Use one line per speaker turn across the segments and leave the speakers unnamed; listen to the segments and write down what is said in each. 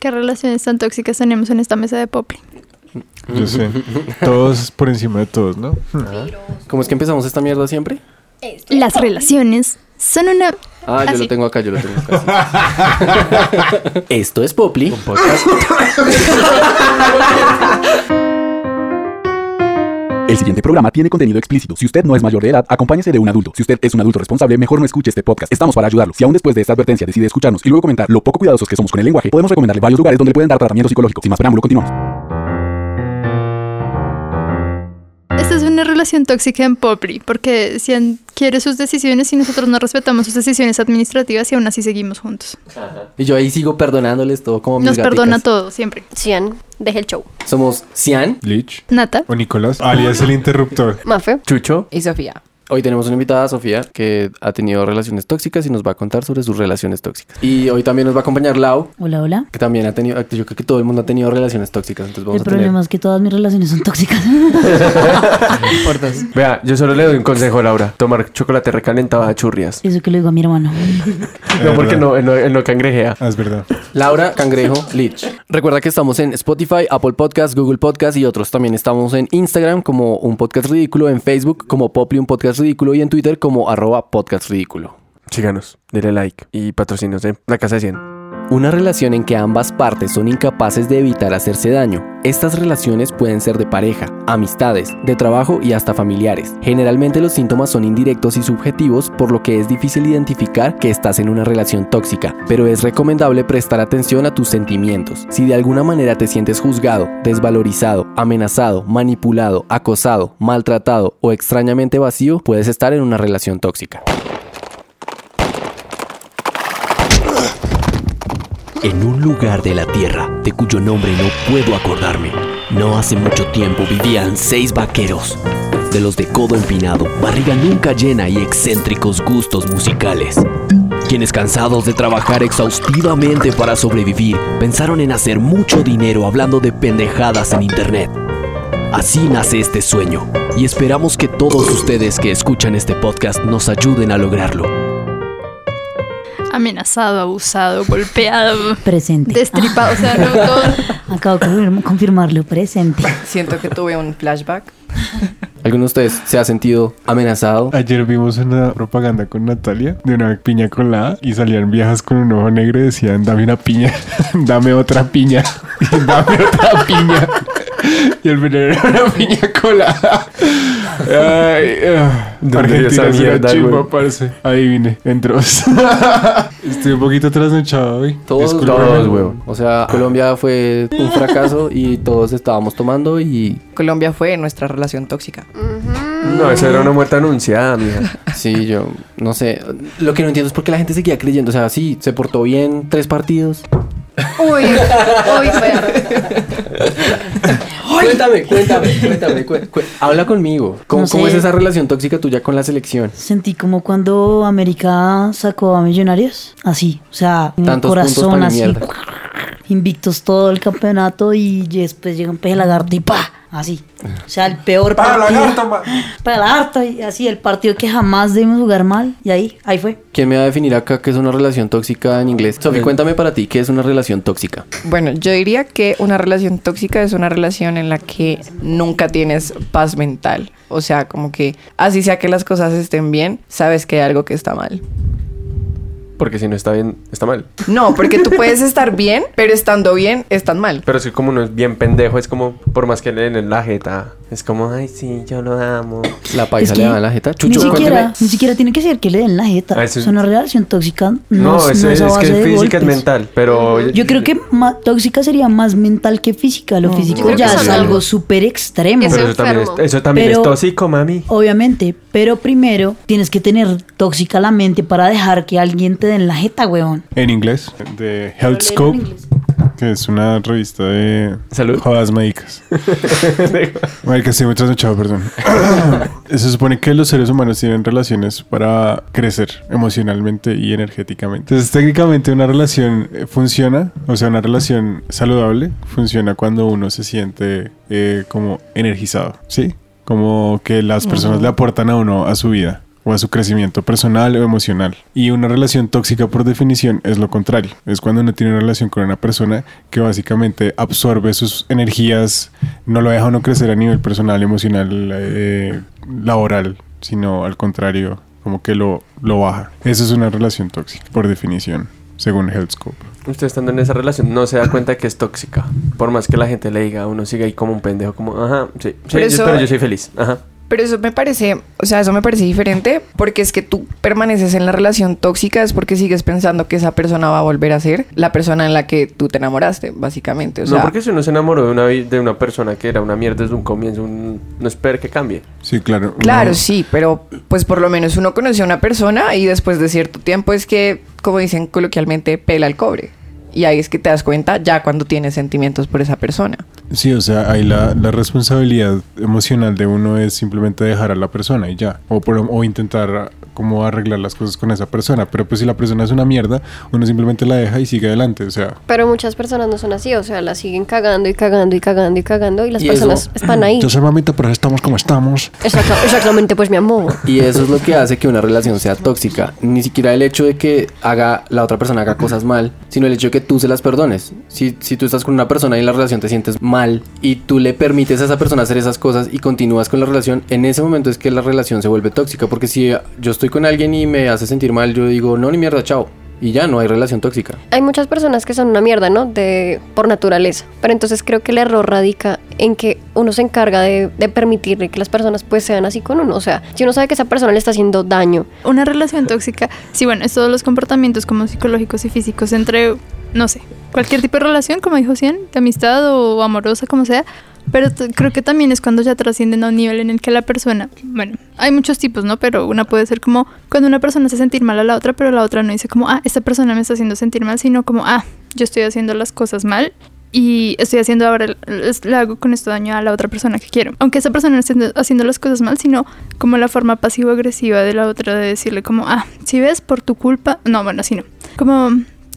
qué relaciones tan tóxicas tenemos en esta mesa de pople.
Yo sé. Todos por encima de todos, ¿no? Ajá.
¿Cómo es que empezamos esta mierda siempre?
Las relaciones son una...
Ah, yo
Así.
lo tengo acá, yo lo tengo acá. sí. Esto es Popli.
El siguiente programa tiene contenido explícito. Si usted no es mayor de edad, acompáñese de un adulto. Si usted es un adulto responsable, mejor no escuche este podcast. Estamos para ayudarlo. Si aún después de esta advertencia decide escucharnos y luego comentar lo poco cuidadosos que somos con el lenguaje, podemos recomendarle varios lugares donde le pueden dar tratamiento psicológico. Sin más preámbulo, continuamos.
Esta es una relación tóxica en Popri, porque Cian quiere sus decisiones y nosotros no respetamos sus decisiones administrativas y aún así seguimos juntos.
Y yo ahí sigo perdonándoles todo como mis
Nos
gaticas.
perdona todo, siempre.
Cian, deje el show.
Somos Cian,
Lich
Nata,
o Nicolás, alias el interruptor.
Mafe
Chucho.
Y Sofía.
Hoy tenemos una invitada, Sofía, que ha tenido relaciones tóxicas y nos va a contar sobre sus relaciones tóxicas. Y hoy también nos va a acompañar Lau,
Hola, hola.
que también ha tenido, yo creo que todo el mundo ha tenido relaciones tóxicas, entonces vamos
el
a tener...
problema es que todas mis relaciones son tóxicas.
Por dos.
Vea, yo solo le doy un consejo a Laura. Tomar chocolate recalentado a churrias.
Eso que le digo a mi hermano.
No, porque no, él no, él no cangrejea.
Ah, es verdad.
Laura Cangrejo Lich. Recuerda que estamos en Spotify, Apple Podcast, Google Podcast y otros. También estamos en Instagram como Un Podcast Ridículo, en Facebook como Poply Un Podcast Ridículo y en Twitter como arroba podcast ridículo.
Síganos, denle like y patrocinos en la casa de 100.
Una relación en que ambas partes son incapaces de evitar hacerse daño. Estas relaciones pueden ser de pareja, amistades, de trabajo y hasta familiares. Generalmente los síntomas son indirectos y subjetivos, por lo que es difícil identificar que estás en una relación tóxica, pero es recomendable prestar atención a tus sentimientos. Si de alguna manera te sientes juzgado, desvalorizado, amenazado, manipulado, acosado, maltratado o extrañamente vacío, puedes estar en una relación tóxica.
En un lugar de la Tierra, de cuyo nombre no puedo acordarme, no hace mucho tiempo vivían seis vaqueros, de los de codo empinado, barriga nunca llena y excéntricos gustos musicales, quienes cansados de trabajar exhaustivamente para sobrevivir, pensaron en hacer mucho dinero hablando de pendejadas en Internet. Así nace este sueño, y esperamos que todos ustedes que escuchan este podcast nos ayuden a lograrlo.
amenazado, abusado, golpeado,
Presente.
destripado, o sea, no, todo.
Ah, acabo de confirm- confirmarlo. Presente.
Siento que tuve un flashback.
¿Alguno de ustedes se ha sentido amenazado?
Ayer vimos una propaganda con Natalia de una piña colada y salían viejas con un ojo negro y decían, dame una piña, dame otra piña, y dame otra piña. Y el veneno era una piña colada. Ay, ah.
¿Dónde
Argentina
esa
es una
mierda,
chimba,
güey?
parce. Adivine, entros. Estoy un poquito trasnochado hoy.
Todos,
Discúlpame.
todos, weón. O sea, Colombia fue un fracaso y todos estábamos tomando y
Colombia fue nuestra relación tóxica.
No, esa era una muerte anunciada, mija.
sí, yo no sé. Lo que no entiendo es por qué la gente seguía creyendo. O sea, sí, se portó bien tres partidos.
Uy, uy, fue.
Cuéntame, cuéntame, cuéntame. cu- cu- habla conmigo. ¿Cómo,
No
cómo es
sé.
esa relación tóxica tuya con la selección?
Sentí como cuando América sacó a Millonarios. Así. O sea, mi
Tantos puntos
corazón
para mi
así.
mierda.
Invictos todo el campeonato y después llega un peje lagarto y ¡pa! Así. O sea, el peor partido. Para lagarto. Y así, el partido que jamás debimos jugar mal. Y ahí, ahí fue.
¿Quién me va a definir acá qué es una relación tóxica en inglés?
Eh.
Sofi, cuéntame para ti qué es una relación tóxica.
Bueno, yo diría que una relación tóxica es una relación en la que nunca tienes paz mental. O sea, como que así sea que las cosas estén bien, sabes que hay algo que está mal.
Porque si no está bien, está mal.
No, porque tú puedes estar bien, pero estando bien, están mal.
Pero es que como uno es bien pendejo, es como, por más que le den en la jeta, es como, ay, sí, yo lo amo.
La paisa
Es
le
que
da en la jeta.
ni
Chucho,
siquiera,
cuéntame.
ni siquiera tiene que ser que le den la jeta.
Ah,
es
eso-
una relación tóxica. No,
No,
es,
es,
no
es
es a base
que
de
es física, es
golpes.
mental, pero...
Yo creo que ma- tóxica sería más mental que física. Lo físico
creo que
ya
es
es
algo-
algo súper extremo.
Es
Pero eso también, es,
enfermo.
eso también
Pero-
es tóxico, mami.
Obviamente, pero primero tienes que tener tóxica la mente para dejar que alguien te den la jeta, weón.
En inglés, de Health Scope, que es una revista de
Salud.
jodas médicas. Marica, estoy muy trasnochado, perdón. Se supone que los seres humanos tienen relaciones para crecer emocionalmente y energéticamente. Entonces, técnicamente una relación eh, funciona, o sea, una relación saludable funciona cuando uno se siente eh, como energizado, ¿sí? Como que las personas le aportan a uno a su vida. o a su crecimiento personal o emocional. Y una relación tóxica por definición es lo contrario. Es cuando uno tiene una relación con una persona que básicamente absorbe sus energías, no lo deja uno crecer a nivel personal, emocional, eh, laboral, sino al contrario, como que lo, lo baja. Eso es una relación tóxica por definición, según Healthscope.
Usted estando en esa relación no se da cuenta que es tóxica. Por más que la gente le diga, uno sigue ahí como un pendejo, como, ajá, sí, sí,
Pero
yo-
eso-
pero yo soy feliz. Ajá.
Pero eso me parece, o sea, eso me parece diferente porque es que tú permaneces en la relación tóxica es porque sigues pensando que esa persona va a volver a ser la persona en la que tú te enamoraste, básicamente. O sea,
no, porque si uno se enamoró de una, vi- de una persona que era una mierda desde un comienzo, un- no espera que cambie.
Sí, claro. uno-
Claro, sí, pero pues por lo menos uno conoce a una persona y después de cierto tiempo es que, como dicen coloquialmente, pela el cobre. Y ahí es que te das cuenta ya cuando tienes sentimientos por esa persona.
Sí, o sea, ahí la, la responsabilidad emocional de uno es simplemente dejar a la persona y ya. O, por- o intentar como arreglar las cosas con esa persona. Pero pues si la persona es una mierda, uno simplemente la deja y sigue adelante. O sea,
Pero muchas personas no son así, o sea, las siguen cagando y cagando y cagando y cagando y las
Y eso-
personas están ahí.
yo soy mamita, pero estamos como estamos.
Exacta- exactamente, pues mi amor.
Y eso es lo que hace que una relación sea tóxica. Ni siquiera el hecho de que haga la otra persona haga cosas mal, sino el hecho de que tú se las perdones. Si, si tú estás con una persona y en la relación te sientes mal y tú le permites a esa persona hacer esas cosas y continúas con la relación, en ese momento es que la relación se vuelve tóxica. Porque si yo estoy con alguien y me hace sentir mal, yo digo, no, ni mierda, chao. Y ya no hay relación tóxica.
Hay muchas personas que son una mierda, ¿no? De, por naturaleza. Pero entonces creo que el error radica en que uno se encarga de, de permitirle que las personas pues sean así con uno. O sea, si uno sabe que esa persona le está haciendo daño,
Una relación tóxica, sí, bueno, es todos los comportamientos como psicológicos y físicos entre, no sé, cualquier tipo de relación, como dijo Cien, de amistad o amorosa, como sea. Pero t- creo que también es cuando ya trascienden a un nivel en el que la persona, bueno, hay muchos tipos, ¿no? Pero una puede ser como cuando una persona hace sentir mal a la otra, pero la otra no dice como, ah, esta persona me está haciendo sentir mal, sino como, ah, yo estoy haciendo las cosas mal y estoy haciendo ahora, el- es- le hago con esto daño a la otra persona que quiero. Aunque esa persona no esté haciendo- haciendo las cosas mal, sino como la forma pasivo-agresiva de la otra de decirle como, ah, si ves por tu culpa, no, bueno, así no. Como,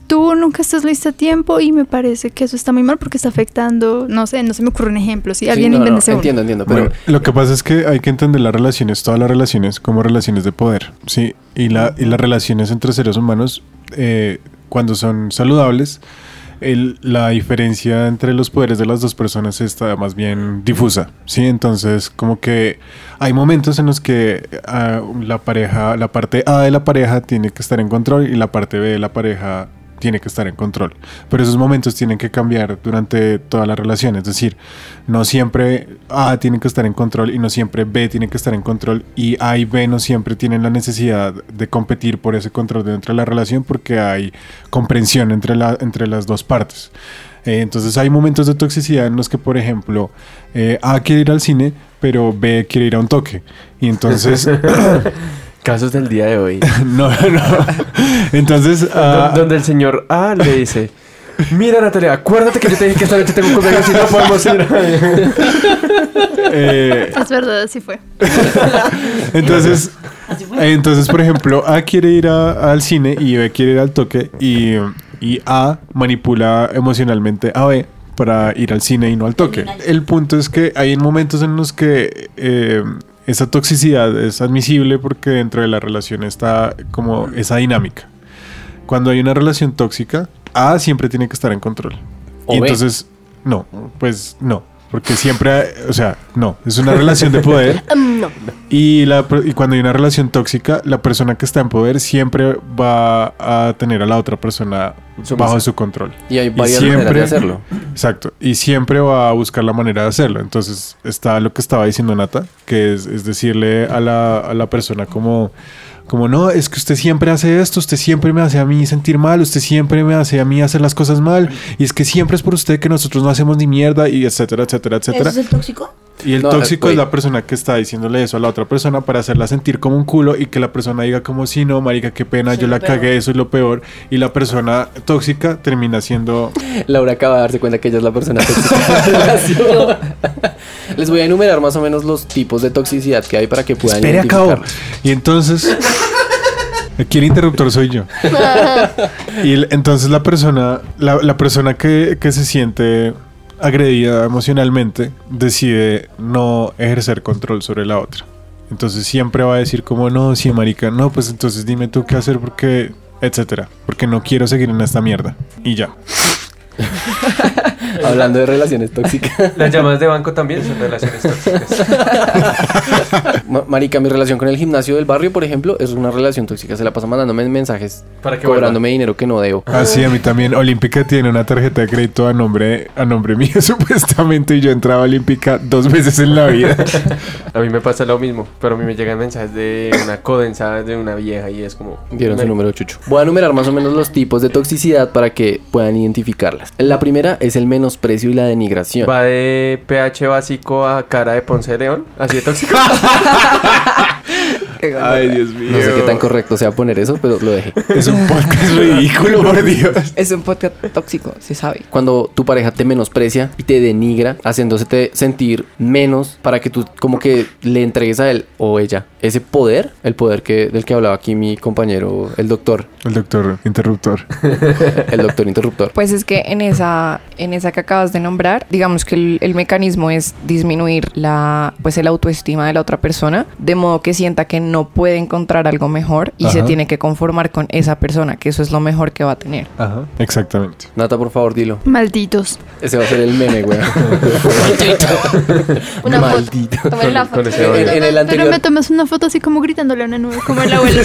tú nunca estás lista a tiempo y me parece que eso está muy mal porque está afectando, no sé, no se me ocurre un ejemplo, si
Sí,
alguien
no, no,
invéntese uno.
Entiendo, entiendo. Pero
Bueno, lo que pasa es que hay que entender las relaciones, todas las relaciones, como relaciones de poder, ¿sí? Y, la, y las relaciones entre seres humanos, eh, cuando son saludables, el- la diferencia entre los poderes de las dos personas está más bien difusa, ¿sí? Entonces, como que hay momentos en los que ah, la pareja, la parte A de la pareja tiene que estar en control y la parte B de la pareja tiene que estar en control. Pero esos momentos tienen que cambiar durante toda la relación. Es decir, no siempre A tiene que estar en control y no siempre B tiene que estar en control y A y B no siempre tienen la necesidad de competir por ese control dentro de la relación porque hay comprensión entre, la, entre las dos partes. Eh, entonces hay momentos de toxicidad en los que, por ejemplo, eh, A quiere ir al cine, pero B quiere ir a un toque. Y entonces...
Casos del día de hoy.
no, no. Entonces... ah,
Don- donde el señor A le dice, mira Natalia, acuérdate que yo te dije que esta noche tengo un cumpleaños y no podemos ir.
eh,
Es verdad, así fue.
Entonces, entonces, por ejemplo, A quiere ir a- al cine y B quiere ir al toque y, y A manipula emocionalmente a B para ir al cine y no al toque. El punto es que hay momentos en los que eh, esa toxicidad es admisible porque dentro de la relación está como esa dinámica. Cuando hay una relación tóxica, A siempre tiene que estar en control.
O
y
B.
entonces, no, pues no. Porque siempre, o sea, no, es una relación de poder.
mm, no.
Y, la, per- y cuando hay una relación tóxica, la persona que está en poder siempre va a tener a la otra persona
Sumisa.
bajo su control.
y hay varias maneras de hacerlo.
Exacto. Y siempre va a buscar la manera de hacerlo. Entonces está lo que estaba diciendo Nata, que es, es decirle a la, a la persona como, como, no, es que usted siempre hace esto, usted siempre me hace a mí sentir mal, usted siempre me hace a mí hacer las cosas mal, y es que siempre es por usted que nosotros no hacemos ni mierda, y etcétera, etcétera,
¿Eso
etcétera.
es el tóxico?
Y el
No,
tóxico
eh,
es
güey.
la persona que está diciéndole eso a la otra persona para hacerla sentir como un culo y que la persona diga como si no, marica, qué pena,
Eso
yo
es
la
lo peor".
cagué, eso es lo peor. Y la persona tóxica termina siendo...
Laura acaba de darse cuenta que ella es la persona tóxica de la relación. Les voy a enumerar más o menos los tipos de toxicidad que hay para que puedan
Espere, oh. acabo.
identificarla.
Y entonces... Aquí el interruptor soy yo. y el- entonces la persona, la, la persona que, que se siente agredida emocionalmente decide no ejercer control sobre la otra. Entonces siempre va a decir como, no, sí, marica, no, pues entonces dime tú qué hacer porque, etcétera. Porque no quiero seguir en esta mierda. Y ya.
Hablando de relaciones tóxicas.
Las llamadas de banco también son relaciones tóxicas.
Ma- Marica, mi relación con el gimnasio del barrio, por ejemplo, es una relación tóxica. Se la pasa mandándome mensajes,
Para que
cobrándome dinero que no debo.
Ah, sí, a mí también. Olímpica tiene una tarjeta de crédito a nombre, a nombre mío, supuestamente, y yo entraba a Olímpica dos veces en la vida.
A mí me pasa lo mismo, pero a mí me llegan mensajes de una codensa de una vieja y es como...
Vieron su
Me-
número chucho. Voy a enumerar más o menos los tipos de toxicidad para que puedan identificarlas. La primera es el menosprecio y la denigración.
Va de pH básico a cara de Ponce de León. Así de tóxico.
Ay, Dios mío.
No sé qué tan correcto sea poner eso, pero lo dejé.
Es un podcast ridículo, por Dios.
Es un podcast tóxico, se sabe.
Cuando tu pareja te menosprecia y te denigra, haciéndose sentir menos para que tú como que le entregues a él o ella ese poder, el poder que, del que hablaba aquí mi compañero, el doctor,
El doctor interruptor.
el doctor interruptor.
Pues es que en esa, en esa que acabas de nombrar, digamos que el, el mecanismo es disminuir la, pues el autoestima de la otra persona, de modo que sienta que no puede encontrar algo mejor y se
Ajá.
tiene que conformar con esa persona, que eso es lo mejor que va a tener.
Ajá. Exactamente.
Nata, por favor, dilo.
Malditos.
Ese va a ser el meme, güey.
Una foto.
Maldito.
Tomen la
Con- con
foto.
ese odio.
En- en el
Pero
anterior-
me tomas una foto así como gritándole a una nube, como el abuelo.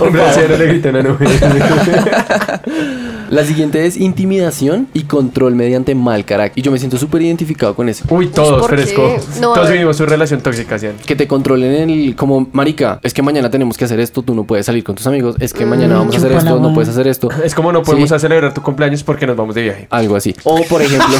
Hombre, al cielo le gritan a nube.
La siguiente es intimidación y control mediante mal carácter. Y yo me siento súper identificado con eso.
Uy, todos,
¿por qué?
fresco.
No, a
todos
ver.
vivimos su relación tóxica, ¿sí?
Que te controlen el como, marica, es que mañana tenemos que hacer esto, tú no puedes salir con tus amigos, es que
Mm,
mañana vamos a hacer
chúpala,
esto, no
güey.
puedes hacer esto.
Es como no podemos
Sí.
a celebrar tu cumpleaños porque nos vamos de viaje.
Algo así. O por ejemplo,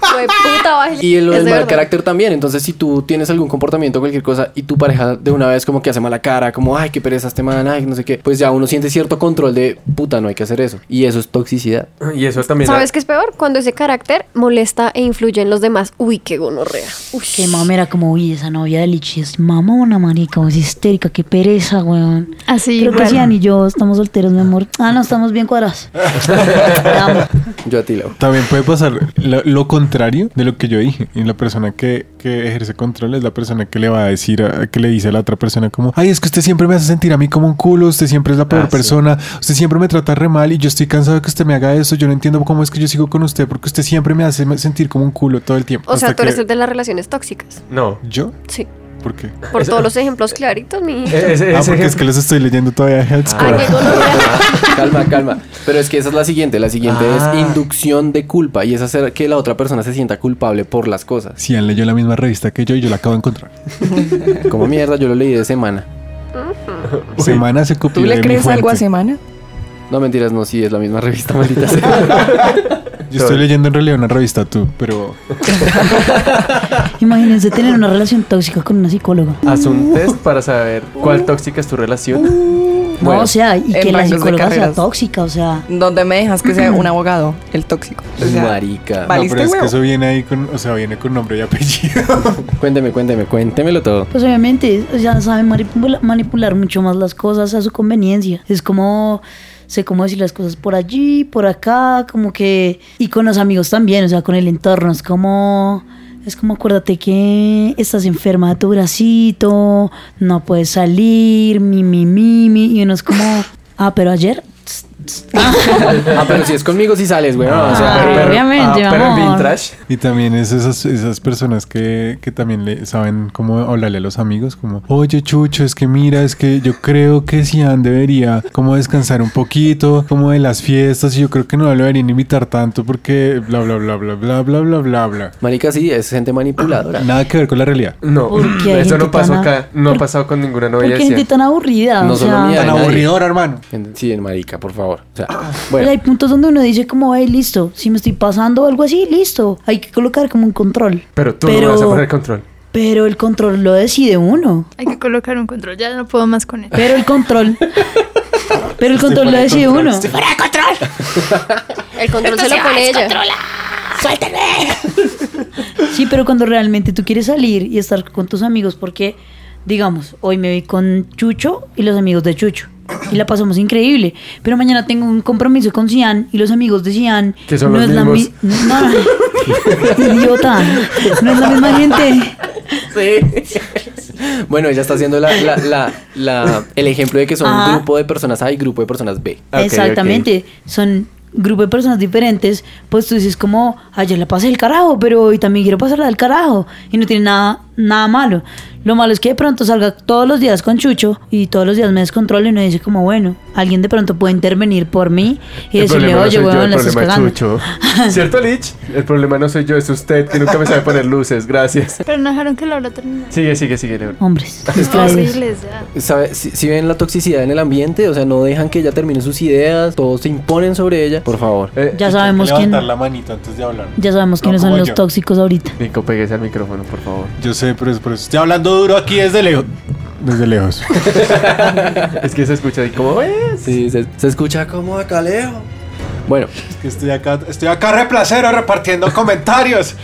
Fue puta, bájale.
y lo
Es
del
de
mal
verdad.
carácter también. Entonces, si tú tienes algún comportamiento, cualquier cosa, y tu pareja de una vez como que hace mala cara, como, ay, qué pereza este man, ay, no sé qué, pues ya uno siente cierto control de, puta, no hay que hacer eso. Y eso es toxicidad.
Y eso también...
¿Sabes qué es peor? Cuando ese carácter molesta e influye en los demás. Uy, qué gonorrea. Uy,
Qué mamera, como uy, esa novia de Lichi es mamona, marica, es histérica, qué pereza, weón.
Así,
Creo que
bueno.
Sian y yo estamos solteros, mi amor. Ah, no, estamos bien cuadrados. Te amo.
Yo a ti, Lau.
También puede pasar lo, lo contrario de lo que yo dije. Y la persona que, que ejerce control es la persona que le va a decir, a- que le dice a la otra persona como, ay, es que usted siempre me hace sentir a mí como un culo, usted siempre es la peor
Ah, sí.
persona, usted siempre me trata re mal y yo estoy cansado de que usted me haga eso, yo no entiendo cómo es que yo sigo con usted porque usted siempre me hace me- sentir como un culo todo el tiempo.
O sea,
Hasta
tú eres
que-
el de las relaciones tóxicas.
No.
¿Yo?
Sí.
¿Por qué?
Por todos los ejemplos claritos, mi.
E- Ese,
ah,
ese
porque es
ejemplo-
que los estoy leyendo todavía.
Ah,
Ay, qué gonorrea.
Calma, calma. Pero es que esa es la siguiente. La siguiente
Ah.
es inducción de culpa y es hacer que la otra persona se sienta culpable por las cosas.
Si han leyó la misma revista que yo y yo la acabo de encontrar.
Como mierda, yo lo leí de semana.
Semana se copió
¿Tú
de
le
mi
crees algo a
fuente.
Semana?
No mentiras, no, sí, es la misma revista, maldita sea.
Yo estoy leyendo en realidad una revista tú, pero...
Imagínense tener una relación tóxica con una psicóloga.
Haz un test para saber cuál tóxica es tu relación.
Bueno,
Uh, no, o sea, y
en
que la
rangos de
psicóloga sea
carreras.
tóxica, o sea.
Donde me dejas que sea un abogado, el tóxico. O sea,
Marica.
vale.
No,
¿Valiste
pero es
huevo?
que eso viene ahí con, o sea, viene con nombre y apellido.
Cuénteme, cuénteme, cuéntemelo todo.
Pues obviamente, o sea, saben manipula- manipular mucho más las cosas a su conveniencia. Es como, sé cómo decir las cosas por allí, por acá, como que... Y con los amigos también, o sea, con el entorno. Es como, es como acuérdate que estás enferma de tu bracito, no puedes salir, mi, mi, mi, mi. Y uno es como, ah, pero ayer... tss, tss".
Ah, pero si es conmigo, si sales, güey. No, o sea,
Ah,
pero- pero-
obviamente,
ah, pero en
mi amor.
Vintrash.
Y también es esas, esas personas que, que también le saben cómo hablarle a los amigos, como, oye Chucho, es que mira, es que yo creo que Sian debería como descansar un poquito, como de las fiestas, y yo creo que no lo deberían invitar tanto porque bla, bla, bla, bla, bla, bla, bla, bla, bla.
Marica, sí, es gente manipuladora.
Nada que ver con la realidad.
No,
¿Por qué hay
eso
gente
no pasó
tan a-
acá. No ha
por-
pasado con ninguna
¿Por
novia.
qué
decía.
gente tan aburrida?
No
o
solo
sea,
mía,
Tan
nadie.
aburridora, hermano.
En- Sí, en marica, por favor. O sea,
Pues
bueno.
hay puntos donde uno dice como, hey, listo, si me estoy pasando o algo así, listo. Hay que colocar como un control.
Pero tú no vas a poner control.
Pero el control lo decide uno.
Hay que colocar un control, ya no puedo más con él.
Pero el control... pero el control lo
fuera de
decide
control,
uno.
estoy
El control se lo pone ella.
Sí, pero cuando realmente tú quieres salir y estar con tus amigos, porque, digamos, hoy me vi con Chucho y los amigos de Chucho. Y la pasamos increíble. Pero mañana tengo un compromiso con Cian y los amigos de Cian.
Que son los
es la
mismos.
mi- no, no, idiota. No es la misma gente.
Sí. Bueno, ella está haciendo la, la- la- la- el ejemplo de que son
Ajá.
un grupo de personas A y grupo de personas B.
Ah, ok,
Exactamente. Son grupo de personas diferentes. Pues tú dices como, ayer la pasé del carajo, pero hoy también quiero pasarla del carajo. Y no tiene nada, nada malo. Lo malo es que de pronto salga todos los días con Chucho y todos los días me descontrole y uno dice como, bueno, alguien de pronto puede intervenir por mí y decirle,
El problema no
oye,
soy yo,
weón,
el
la estás
problema es
cagando.
Chucho. ¿Cierto, Lich? El problema no soy yo, es usted que nunca me sabe poner luces. Gracias.
Pero no dejaron que Laura terminara.
Sigue, sigue, sigue, León.
Hombres.
Horribles, ya.
¿Sabe? Si, si ven la toxicidad en el ambiente, o sea, no dejan que ella termine sus ideas, todos se imponen sobre ella. Por favor.
Eh,
Ya sabemos quién,
Levantar la manita antes de hablar.
ya sabemos
No,
quiénes son
como
los
yo.
tóxicos ahorita.
Nico, pegues al micrófono, por favor.
Yo sé, pero es por eso. Estoy hablando duro aquí desde lejos. Desde lejos.
Es que se escucha ahí como, "Eh,
Sí, se, se escucha como a Caleo. Bueno,
Es que estoy acá, estoy acá re placero repartiendo comentarios.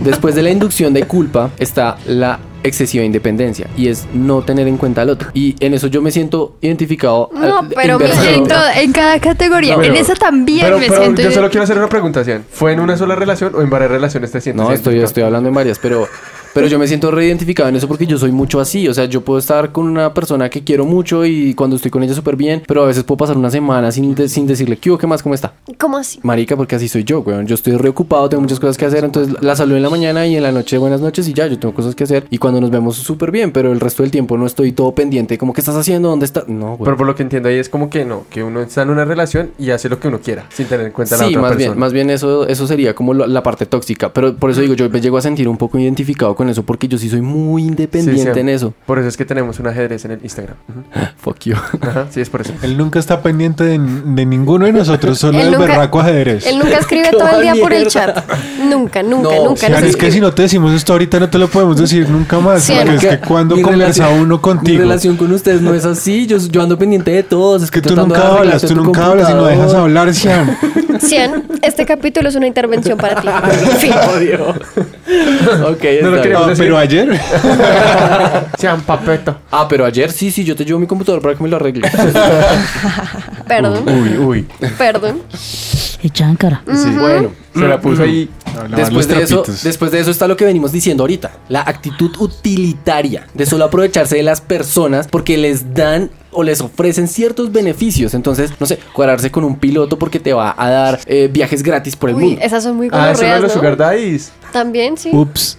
Después de la inducción de culpa está la excesiva independencia y es no tener en cuenta al otro. Y en eso yo me siento identificado.
No,
al-
pero
inversa-
miren,
En, todo- en cada categoría.
No, pero-
en esa también
pero,
me
pero
siento.
yo solo quiero hacer una preguntación. ¿Fue en una sola relación o en varias relaciones te sientes?
No, estoy,
identificado?
estoy hablando en varias, pero, pero yo me siento reidentificado en eso porque yo soy mucho así. O sea, yo puedo estar con una persona que quiero mucho y cuando estoy con ella súper bien, pero a veces puedo pasar una semana sin, de- sin decirle, ¿qué hubo? ¿Qué más? ¿Cómo está?
¿Cómo así?
Marica, porque así soy yo, weón. Yo estoy reocupado, tengo muchas cosas que hacer. Entonces la saludo en la mañana y en la noche buenas noches y ya, yo tengo cosas que hacer. Y cuando nos vemos súper bien, pero el resto del tiempo no estoy todo pendiente. Como, ¿qué estás haciendo? ¿Dónde estás? No,
Pero
weón.
por lo que entiendo ahí es como que no, que uno está en una relación y hace lo que uno quiera, sin tener en cuenta a la
Sí,
otra
más
persona.
bien, más bien eso, eso sería como lo- la parte tóxica. Pero por eso digo, yo me llego a sentir un poco identificado con eso porque yo sí soy muy independiente
Sí, sí.
en eso.
Por eso es que tenemos un ajedrez en el Instagram. Ujú.
Fuck you.
Ajá, sí, es por eso.
Él nunca está pendiente de, de ninguno de nosotros, solo del
Él nunca-
berraco ajedrez.
Él nunca escribe todo el día por el chat. Nunca, nunca,
No,
nunca.
Claro,
nos
es que
escribe.
si no te decimos esto ahorita no te lo podemos decir nunca más.
Sí,
porque es que
Marica,
cuando
mi
conversa
relación-
uno
Mi
contigo.
relación con ustedes no es así. Yo, yo ando pendiente de todos.
Es que tú
estoy tratando
nunca
de
hablas,
arreglarte
tú
tu
nunca hablas y no dejas
computador.
hablar, Sian.
Cian, este capítulo es una intervención para ti. Fin.
Odio. ok, está bien.
No lo creo.
No,
decir-
Ah, pero ayer.
Sean papeto.
Ah, pero ayer sí, sí, yo te llevo mi computador para que me lo arregle.
Perdón,
Uy, uy.
perdón.
Echan cara.
Bueno,
Se la puso ahí.
después de, eso, después de eso está lo que venimos diciendo ahorita, la actitud utilitaria, de solo aprovecharse de las personas porque les dan o les ofrecen ciertos beneficios. Entonces, no sé, cuadrarse con un piloto porque te va a dar eh, viajes gratis por el
Uy,
mundo.
esas son muy
Ah, eso no
gonorreas,
los
¿no?
sugar daddies.
También, sí.
Ups.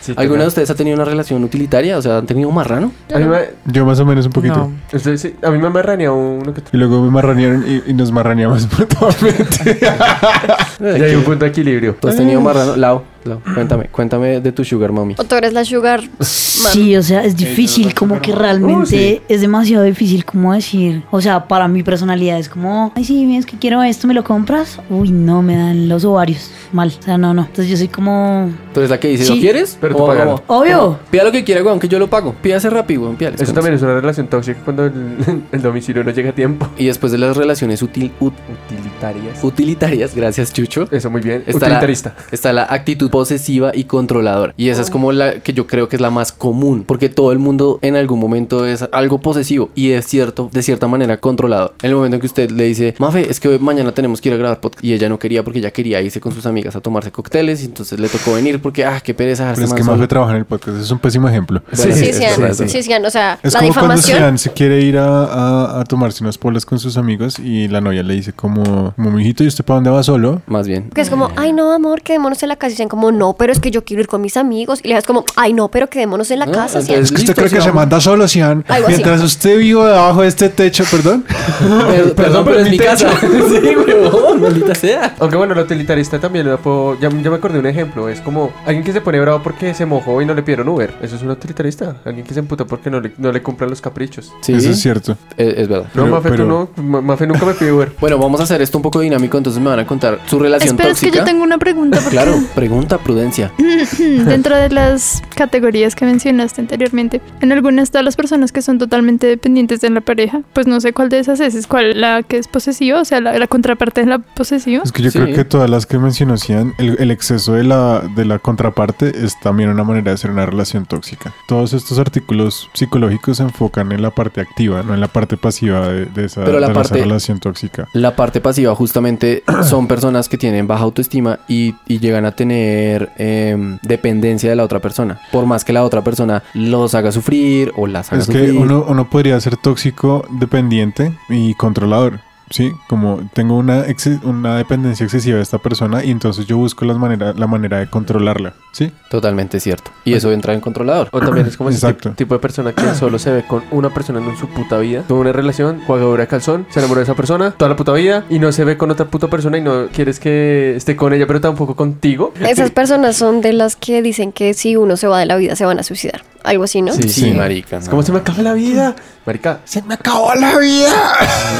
Sí,
¿Alguna
tenga.
de ustedes ha tenido una relación utilitaria? O sea, ¿han tenido marrano?
A mí me-
Yo más o menos un poquito.
No.
usted sí- a mí me marranea uno que otro.
Y luego me marranearon y, y nos marraneamos mutuamente.
Ya hay un punto de equilibrio.
¿Tú has tenido marrano? Lau, Lau, cuéntame, cuéntame de tu sugar mommy.
O tú eres la sugar man.
Sí, o sea, es difícil, como que realmente es demasiado difícil, como decir, o sea, para mi personalidad es como, ay, sí, es que quiero esto, ¿me lo compras? Uy, no, me dan los ovarios, mal, o sea, no, no, entonces yo soy como,
Tú eres la que dice,
Sí.
¿lo quieres?
Pero tú
O-
pagalo.
o-
obvio,
Pida lo que quiera, weón, que yo lo pago. Pídase rápido, weón, pídale.
Eso también es una relación tóxica cuando el, el domicilio no llega a tiempo.
Y después de las relaciones util- ut-
Utilitarias.
utilitarias, gracias Chucho,
Eso muy bien.
Está la-
Utilitarista.
está la actitud posesiva y controladora. Y esa es como la que yo creo que es la más común, porque todo el mundo en algún momento es algo posesivo y es cierto, de cierta manera controlado. En el momento en que usted le dice, Mafe, es que hoy- mañana tenemos que ir a grabar podcast. Y ella no quería porque ella quería irse con sus amigas a tomarse cocteles y entonces le tocó venir porque, ah, qué pereza. dejar
Pero es
este
que
man
más
solo".
de trabajar en el podcast. Es un pésimo ejemplo.
Sí, sí,
es
Cian.
verdad,
Sí,
es
Cian, O sea,
Es
la
como cuando
difamación.
Sean se quiere ir a, a- a tomarse unas polas con sus amigos y la novia le dice como, como mijito, ¿y usted para dónde va solo?
Más bien.
Que es como, ay no, amor, quedémonos en la casa. Y dicen como, no, pero es que yo quiero ir con mis amigos. Y le das como, ay no, pero quedémonos en la
Ah,
casa. Cian".
Es que usted
Listo,
cree que
sí,
se
vamos.
manda solo, Sean.
Algo así.
Mientras usted vivo debajo de este techo, perdón.
Perdón,
perdón,
pero
pero
es mi
mi techo.
casa. sí, huevón, maldita sea.
Aunque bueno, el utilitarista también lo puedo- ya, ya me acordé de un ejemplo. Es como alguien que se pone bravo porque se mojó y no le pidieron Uber. Eso es un utilitarista. Alguien que se emputó porque no le, no le cumplen los caprichos.
Sí,
Eso es cierto.
es- es verdad.
No,
Pero-
Mafe,
pero-
tú no. Ma- Mafe nunca me pidió Uber.
Bueno, vamos a hacer esto un poco dinámico, entonces me van a contar su relación
Espera, es
tóxica.
que yo tengo una pregunta. Porque
Claro, pregunta prudencia.
Dentro de las categorías que mencionaste anteriormente, en algunas están las personas que son totalmente dependientes de la pareja. Pues no sé cuál de esas es, es cuál la que es posesiva, o sea, la, la contraparte de la posesivo?
Es que yo
Sí.
creo que todas las que mencionó Cian, el, el exceso de la, de la contraparte es también una manera de hacer una relación tóxica. Todos estos artículos psicológicos se enfocan en la parte activa, no en la parte pasiva de, de esa,
Pero la
de
parte-
esa relación tóxica.
La parte pasiva justamente son personas que tienen baja autoestima y, y llegan a tener em, dependencia de la otra persona. Por más que la otra persona los haga sufrir o las haga
Es
sufrir.
que uno, uno podría ser tóxico, dependiente y controlador. Sí, como tengo una, exe- una dependencia excesiva de esta persona y entonces yo busco las manera, la manera de controlarla. Sí,
Totalmente cierto. Y eso entra en controlador.
O también es como ese
Exacto.
tip- tipo de persona que solo se ve con una persona en su puta vida. Tuvo una relación, jugadora de calzón, se enamoró de esa persona toda la puta vida y no se ve con otra puta persona y no quieres que esté con ella, pero tampoco contigo.
Esas personas son de las que dicen que si uno se va de la vida se van a suicidar. Algo así, ¿no?
Sí, sí,
Sí.
marica.
Es
no.
como se me acaba la vida. Marica, se me acabó la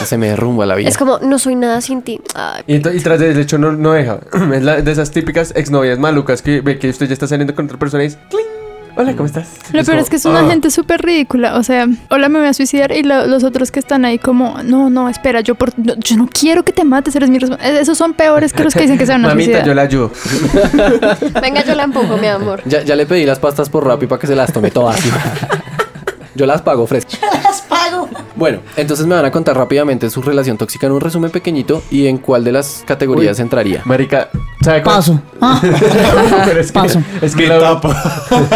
Se me derrumba la vida.
Es como, no soy nada sin ti. Ay,
Y, ento- y tras de hecho no, no deja. Es la- de esas típicas exnovias malucas que ve que usted ya está saliendo con otra persona y dice, "Cling". Hola, ¿cómo estás? "Ah".
Lo peor es que es una gente súper ridícula. O sea, hola, me voy a suicidar. Y lo- los otros que están ahí, como, no, no, espera, yo, por, no, yo no quiero que te mates, eres mi responsabilidad. Esos son peores que los que dicen que se van a
Mamita, yo
suicidar.
la ayudo.
venga, yo la empujo, mi amor.
Ya, ya le pedí las pastas por Rappi para que se las tome todas. Yo las pago frescas.
Las pago.
Bueno, entonces me van a contar rápidamente su relación tóxica en un resumen pequeñito y en cuál de las categorías
Uy.
entraría.
Marica, ¿sabe cuál?
Paso. Ah,
Pero es que,
Paso.
Es que Laura,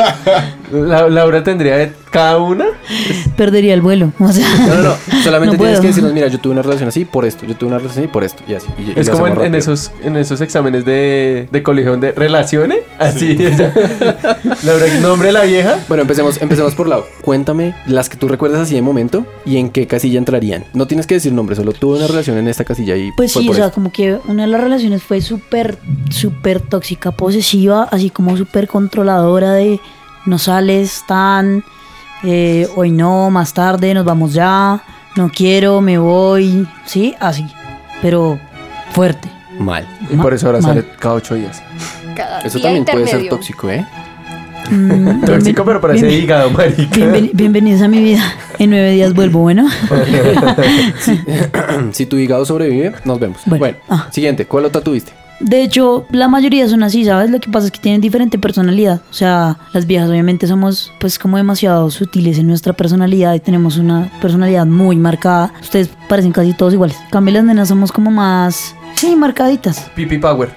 La- Laura tendría de cada una.
perdería el vuelo. O sea,
No, no, no. Solamente tienes
No puedo.
que decirnos, mira, yo tuve una relación así por esto, yo tuve una relación así por esto. Y así. y- y
Es
lo hacemos
como en, en
rápido.
esos, en esos exámenes de, de colegio de relaciones. Así. Laura, nombre de la vieja.
Bueno, empecemos, empecemos por Lau. Cuéntame las que tú recuerdas así de momento y en qué casilla entrarían. No tienes que decir nombres, solo tuve una relación en esta casilla y
Pues
fue
sí,
por
o sea,
esto.
como que una de las relaciones fue súper, súper tóxica, posesiva, así como súper controladora de no sales tan, eh, hoy no, más tarde, nos vamos ya, no quiero, me voy, sí, así, pero fuerte.
Mal.
Y por eso ahora
Mal.
sale cada ocho días.
Cada
Eso
día
también puede ser
intermedio.
tóxico, ¿eh?
Mm,
Tóxico,
bienven-
pero parece
bienven-
hígado, marica.
bienven- bienvenidos a mi vida. En nueve días vuelvo, bueno.
si tu hígado sobrevive, nos vemos. Bueno,
Bueno, ah.
siguiente, ¿cuál otra tuviste?
De hecho, la mayoría son así, ¿sabes? Lo que pasa es que tienen diferente personalidad. O sea, las viejas obviamente somos pues como demasiado sutiles en nuestra personalidad y tenemos una personalidad muy marcada. Ustedes parecen casi todos iguales. En cambio, las nenas somos como más... Sí, marcaditas.
Pipi Power.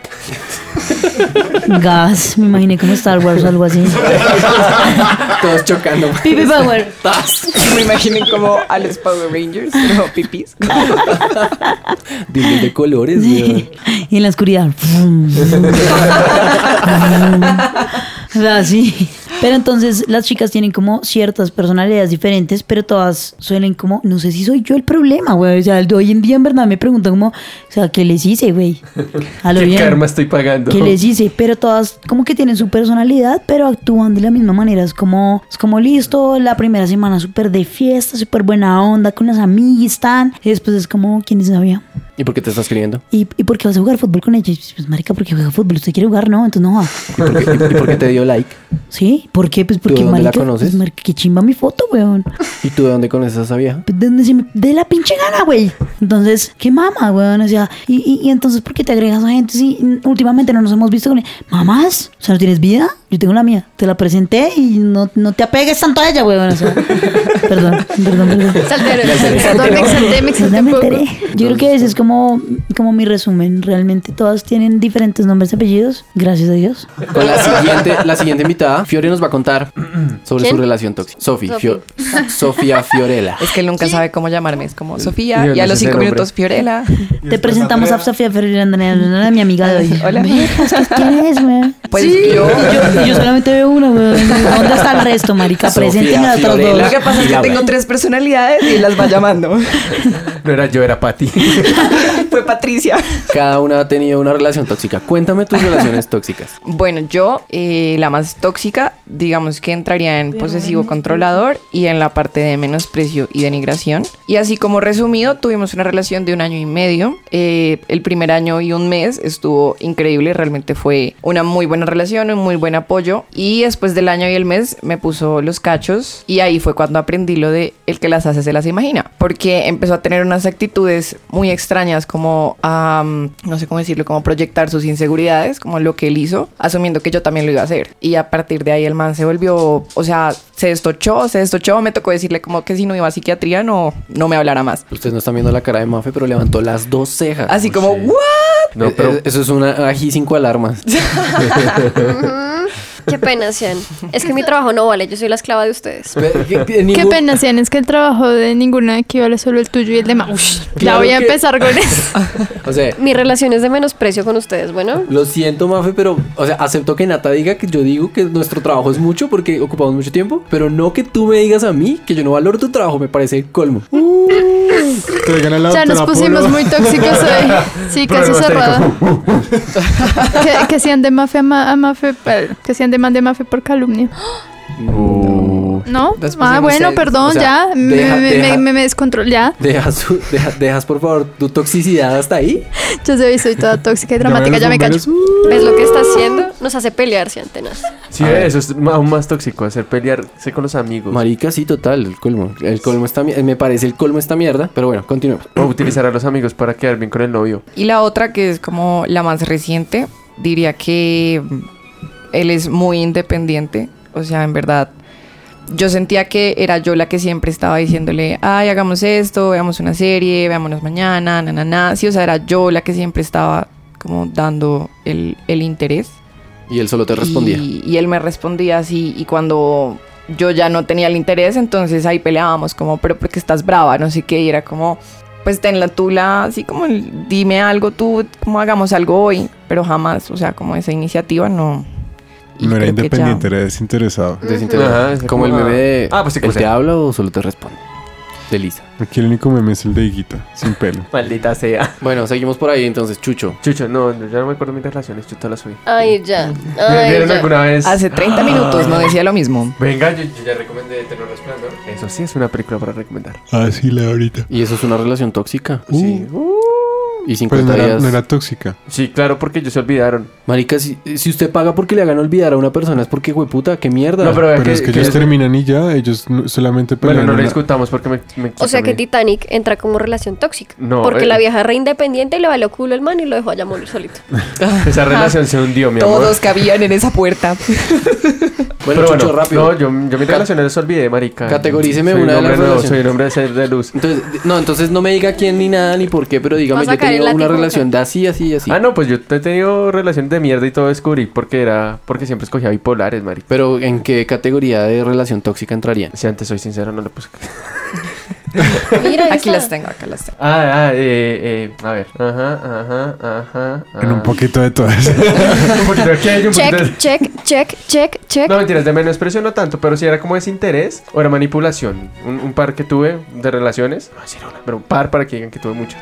Gas, me imaginé como Star Wars o algo así.
Todos chocando.
Pipi Power.
Me imaginen como a los Power Rangers, pero pipis.
Dime de colores, weón.
y en la oscuridad. O sea, sí. Pero entonces las chicas tienen como ciertas personalidades diferentes, pero todas suelen como, no sé si soy yo el problema, güey. O sea, hoy en día en verdad me preguntan como, o sea, ¿qué les hice, güey? A lo
¿Qué
bien.
karma estoy pagando?
¿Qué les hice? Pero todas como que tienen su personalidad, pero actúan de la misma manera. Es como, es como listo, la primera semana súper de fiesta, súper buena onda, con las amigas están. Y después es como, ¿quién sabía?
¿Y por qué te estás queriendo?
¿Y, ¿Y por qué vas a jugar fútbol con ella? Y, Pues, marica, porque juega fútbol. ¿Usted quiere jugar? No, entonces no va.
¿Y por qué, y- y por qué te dio like?
¿Sí? ¿Por qué? Pues porque,
dónde la
marica,
conoces?
pues, marica, qué chimba mi foto, weón.
¿Y tú de dónde conoces a esa vieja?
Pues, ¿De dónde se me... De la pinche gana, güey. Entonces, qué mama, weón. O sea, y, y, y entonces, ¿por qué te agregas a gente si mm, últimamente no nos hemos visto con... Mamás, o sea, ¿no tienes vida? Yo tengo la mía. Te la presenté y no, no te apegues tanto a ella, weón. O sea, perdón, perdón, perdón.
Saltero,
Perdón, me exalté, me exalté
Perdón,
un
me
poco.
enteré. Yo creo que ese es como, como mi resumen. Realmente todas tienen diferentes nombres y apellidos, gracias a Dios.
Con la siguiente, la siguiente invitada, Fiore nos va a contar sobre
¿Quién?
su relación tóxica. Sofi,
Sofi.
Fio- Sofía Fiorella.
Es que él nunca sabe cómo llamarme. Es como Sofía.
Yo
Y a
no
los
sé ese
cinco
nombre.
minutos, Fiorella.
Te presentamos a Sofía Fernández, mi amiga de hoy.
Hola.
Vergas, ¿qué- ¿Quién es, weón?
Pues yo.
Y Yo, y yo solamente veo una, weón. ¿Dónde está el resto, marica?
Sofía
Preséntenme a otros
Fiorella.
Lo
dos.
que pasa es que
Laura.
tengo tres personalidades y las va llamando.
No era yo, era Pati.
Fue Patricia.
Cada una ha tenido una relación tóxica. Cuéntame tus relaciones tóxicas.
Bueno, yo, eh, la más tóxica, digamos que entraría en posesivo controlador y en la parte de menosprecio y denigración. Y así como resumido, tuvimos una relación de un año y medio. Eh, el primer año y un mes estuvo increíble, realmente fue una muy buena relación, un muy buen apoyo. Y después del año y el mes me puso los cachos y ahí fue cuando aprendí lo de el que las hace se las imagina. Porque empezó a tener unas actitudes muy extrañas como como a, mm, no sé cómo decirlo, como proyectar sus inseguridades, como lo que él hizo, asumiendo que yo también lo iba a hacer. Y a partir de ahí el man se volvió, o sea, se destochó, se destochó, me tocó decirle como que si no iba a psiquiatría no, no me hablara más.
Ustedes no están viendo la cara de Mafe, pero levantó las dos cejas.
Así como,
sí.
¿what?
No, pero-
Eh, eh, Eso es una ají cinco alarmas.
Ujú. Qué pena, Sean. Es que mi trabajo no vale, yo soy la esclava de ustedes.
Qué pena, Sian, es que el trabajo de ninguno de aquí vale solo el tuyo y el de Mau. Ush, ya
Claro
voy a
que-
empezar con eso.
O sea,
Mi relación es de menosprecio con ustedes, bueno.
Lo siento, Mafe, pero, o sea, acepto que Nata diga que yo digo que nuestro trabajo es mucho porque ocupamos mucho tiempo, pero no que tú me digas a mí que yo no valoro tu trabajo, me parece el colmo.
Traigan a la
Ya nos
doctora
pusimos
Polo.
muy tóxicos hoy. Sí, casi cerrada. que, que sean de mafe a, ma- a mafe, eh, que sean de man de mafe por calumnia. ¿No?
Nos
Ah,
pusimos
bueno,
serios.
perdón,
O sea,
ya. Me,
deja-
me,
deja-
me- me- me descontrol, ya.
Dejas, su- deja- dejas por favor, tu toxicidad hasta ahí.
Yo soy, soy toda tóxica y dramática,
Llamen
ya
a
me
los
callo.
bomberos.
¿Ves lo que está haciendo? Nos hace pelear, Sean tenaz.
Sí,
A ver.
eso es ma- aún más tóxico, hacer pelearse con los amigos.
Marica, sí, total, el colmo. El colmo está, me parece el colmo esta mierda, pero bueno, continuemos.
O utilizar a los amigos para quedar bien con el novio.
Y la otra, que es como la más reciente, diría que mm, él es muy independiente. O sea, en verdad, yo sentía que era yo la que siempre estaba diciéndole, ay, hagamos esto, veamos una serie, veámonos mañana, na, na, na. Sí, o sea, era yo la que siempre estaba como dando el, el interés.
Y él solo te respondía.
Y, y él me respondía así. Y cuando yo ya no tenía el interés, entonces ahí peleábamos como, pero porque estás brava, no sé qué. Y era como, pues ten la tula, así como el- dime algo tú, como hagamos algo hoy. Pero jamás, o sea, como esa iniciativa no. y
No era
creo que ya-
independiente, era desinteresado.
Desintegrado.
Ajá, es
como el
como-
meme de...
Ah, pues sí,
¿él
como
te
sea.
habla o solo te responde? De Lisa.
Aquí el único meme es el de Higuita, sin pelo.
Maldita sea.
Bueno, seguimos por ahí entonces, Chucho.
Chucho, no, yo ya no me acuerdo mis relaciones, yo todas las subí.
Ay, ya. Ay,
¿Vieron
ya.
alguna vez?
Hace
Ah.
30 minutos no decía lo mismo.
Venga, yo, yo ya recomendé Tenor Resplandor. Eso sí es una película para recomendar.
Ah, sí, la ahorita.
Y eso es una relación tóxica.
Sí.
Y 50
Pues no era,
días.
no era tóxica.
Sí, claro, porque ellos se olvidaron.
Marica, si, si usted paga porque le hagan olvidar a una persona, es porque, hueputa, qué mierda.
No, pero,
Pero es que ellos terminan y ya, ellos no- solamente
Bueno,
pelean.
no lo
una-
discutamos porque me. me
O sea que
también.
Titanic entra como relación tóxica.
No,
porque
eh.
la vieja re independiente le valió culo el man y lo dejó allá morir solito.
Esa relación se hundió, mi amor.
Todos cabían en esa puerta.
bueno,
Pero
Chucho,
bueno,
rápido.
No, yo, yo mis relaciones las olvidé, marica.
Categoríceme
Soy
una de
un hombre
las
nuevo,
relaciones.
Soy un hombre de ser de luz.
Entonces, di- no, entonces no me diga quién ni nada ni por qué, pero dígame,
Vas a
yo
caer en
tenía
la
una
típica.
relación de así, así, así.
Ah, no, pues yo he tenido relaciones de mierda y todo descubrí porque era. Porque siempre escogía bipolares, marica.
Pero ¿en qué categoría de relación tóxica entrarían?
Si antes soy sincero, no le puse.
Mira, ahí
Aquí
está.
las tengo, acá las tengo.
Ah, ah, eh, eh. A ver. Ajá, ajá, ajá. ah.
En un
ajá.
poquito de todas.
un poquito de aquello, un poquito de-
Check, check, check, check, check.
Pues No, mentiras, de menosprecio no tanto, pero si era como desinterés o era manipulación. Un, un par que tuve de relaciones, no voy a decir una, pero un par para que digan que tuve muchas.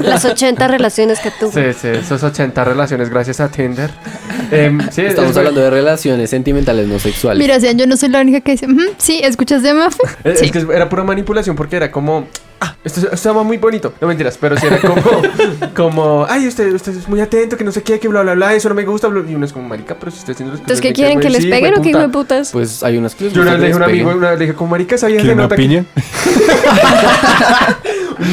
Las 80 relaciones que tuvo.
Sí, sí, esos 80 relaciones gracias a Tinder. Em, sí,
Estamos
es-
hablando de relaciones sentimentales no sexuales.
Mm, Mira, Sian, yo no soy la única que dice, "Ujú, sí, ¿escuchas de mafe?
es-
Sí.
Eh, es que era pura manipulación porque era como... Ah, esto esto estaba muy bonito. No mentiras, pero si era como... como ay, usted, usted es muy atento, que no sé qué, que bla, bla, bla, eso no me gusta. bla", y uno es como, marica, pero si usted haciendo las
Entonces,
cosas
¿qué
bien,
quieren? ¿Que
güey,
les
pues, sí,
peguen o qué hijo de
puta.
putas?
Pues hay unas que les
Yo una
gusta que
vez le dije a un
les
amigo,
peguen.
una vez le dije, como marica, sabías
¿Quieren
de
una
nota que-
piña?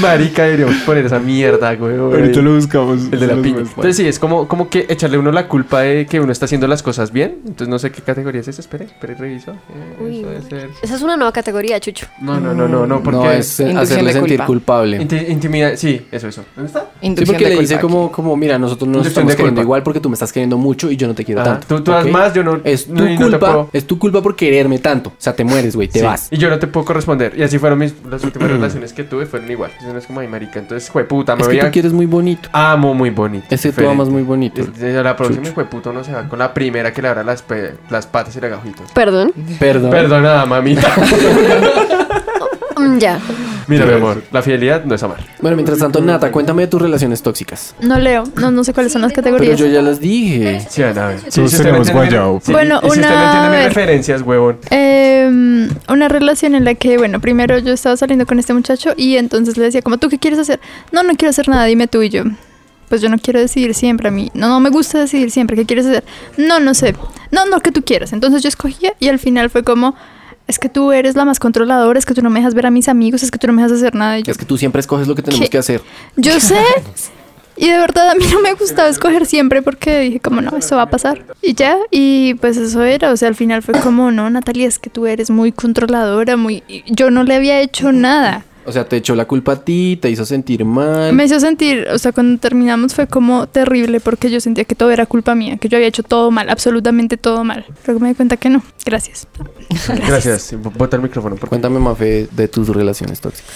Marica, deberíamos poner esa mierda, güey.
Ahorita lo buscamos.
El de la
Los
piña.
muestro.
Entonces sí, es como, como que echarle uno la culpa de que uno está haciendo las cosas bien. Entonces no sé qué categoría es esa. Espere, espere, reviso. Eh,
Uy,
eso debe ser...
Esa es una nueva categoría, Chucho.
No, no, no, no, no, porque...
No, es eh,
Inducción
hacerle
de
sentir
culpa.
culpable.
Inti- intimidad, sí, eso, eso. ¿Dónde está?
Sí,
Inducción
porque
de
le
culpa
dice
aquí.
como, como, mira, nosotros no nos
Inducción
estamos
de
queriendo
culpa.
igual porque tú me estás queriendo mucho y yo no te quiero
Ajá.
tanto.
Tú- tú das
¿ok?
más, yo no-
Es tu
no- y no te
culpa,
puedo-
es tu culpa por quererme tanto. O sea, te mueres, güey, te
Sí.
vas.
Y yo no te puedo corresponder. Y así fueron mis, las últimas relaciones que tuve, fueron igual. Entonces no es como, ay, marica, entonces, fue puta, me
Es
voy
que tú
a...
quieres muy bonito.
Amo muy bonito.
Ese tú
Fede.
amas muy bonito.
Es- es- La próxima,
Chucho.
hijo de puto, no se va con la primera que le abra las, pe- las patas y la gajita.
Perdón.
Perdón.
Perdonada, mamita.
Mm, Ya.
Mira, mi amor, la fidelidad no es amar.
Bueno, mientras tanto, Nata, cuéntame de tus relaciones tóxicas.
No leo, no, no sé cuáles son las
Pero
categorías.
yo ya las dije.
Sí, a ver. Sí,
Todos
si usted
tenemos
no entiende-
guayao.
sí,
Bueno,
y Si usted no
una-
entiende
a
mis
ver.
referencias, huevón.
Em, una relación en la que, bueno, primero yo estaba saliendo con este muchacho y entonces le decía como, ¿tú qué quieres hacer? No, no quiero hacer nada, dime tú y yo. Pues yo no quiero decidir siempre a mí. No, no me gusta decidir siempre. ¿Qué quieres hacer? No, no sé. No, no, que tú quieras. Entonces yo escogía y al final fue como, es que tú eres la más controladora, es que tú no me dejas ver a mis amigos, es que tú no me dejas hacer nada. Y yo,
Es que tú siempre escoges lo que tenemos
¿Qué?
que hacer.
yo sé. Y de verdad a mí no me gustaba escoger siempre porque dije como no, eso va a pasar. Y ya, y pues eso era, o sea, al final fue como no, Natalia, es que tú eres muy controladora, muy... y Yo no le había hecho nada.
O sea, te echó la culpa a ti, te hizo sentir mal.
Me hizo sentir, o sea, cuando terminamos fue como terrible porque yo sentía que todo era culpa mía, que yo había hecho todo mal, absolutamente todo mal. Luego me di cuenta que no. Gracias.
Gracias. B- Bota el micrófono. Porque...
Cuéntame, Mafe, de tus relaciones tóxicas.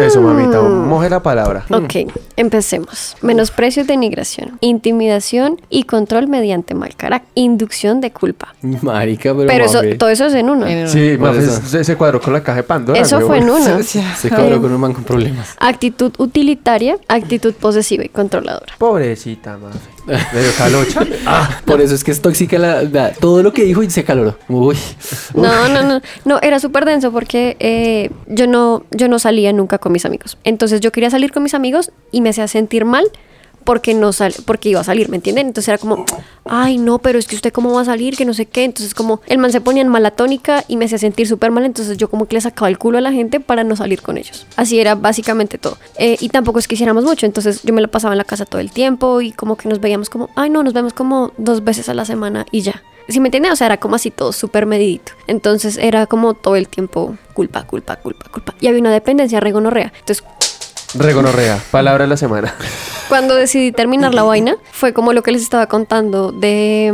Eso, mamita. Moje la palabra.
Ok, empecemos. Menosprecio, denigración, intimidación y control mediante mal carácter, inducción de culpa.
Marica, pero,
Pero eso,
Mafe
todo eso es en uno.
En-
Sí,
Por
Mafe
eso.
se, se cuadró con la caja de Pandora.
Eso fue en
huevón.
uno.
se cabró con un man con problemas.
Actitud utilitaria, actitud posesiva y controladora.
Pobrecita, Mafe. Le dio calocha.
Por eso es que es tóxica la, la- todo lo que dijo y se caloró. Uy.
No, no, no. No, era súper denso porque eh, yo, no, yo no salía nunca con mis amigos. Entonces yo quería salir con mis amigos y me hacía sentir mal porque no sal porque iba a salir, ¿me entienden? Entonces era como, ay no, pero es que usted cómo va a salir, que no sé qué. Entonces como el man se ponía en mala tónica y me hacía sentir súper mal, entonces yo como que le sacaba el culo a la gente para no salir con ellos. Así era básicamente todo. Eh, y tampoco es que hiciéramos mucho, entonces yo me la pasaba en la casa todo el tiempo y como que nos veíamos como, ay no, nos vemos como dos veces a la semana y ya. ¿Sí me entienden? O sea, era como así todo súper medidito. Entonces era como todo el tiempo culpa, culpa, culpa, culpa. Y había una dependencia regonorrea. Entonces
Regonorrea. Palabra de la semana.
cuando decidí terminar la vaina, fue como lo que les estaba contando de,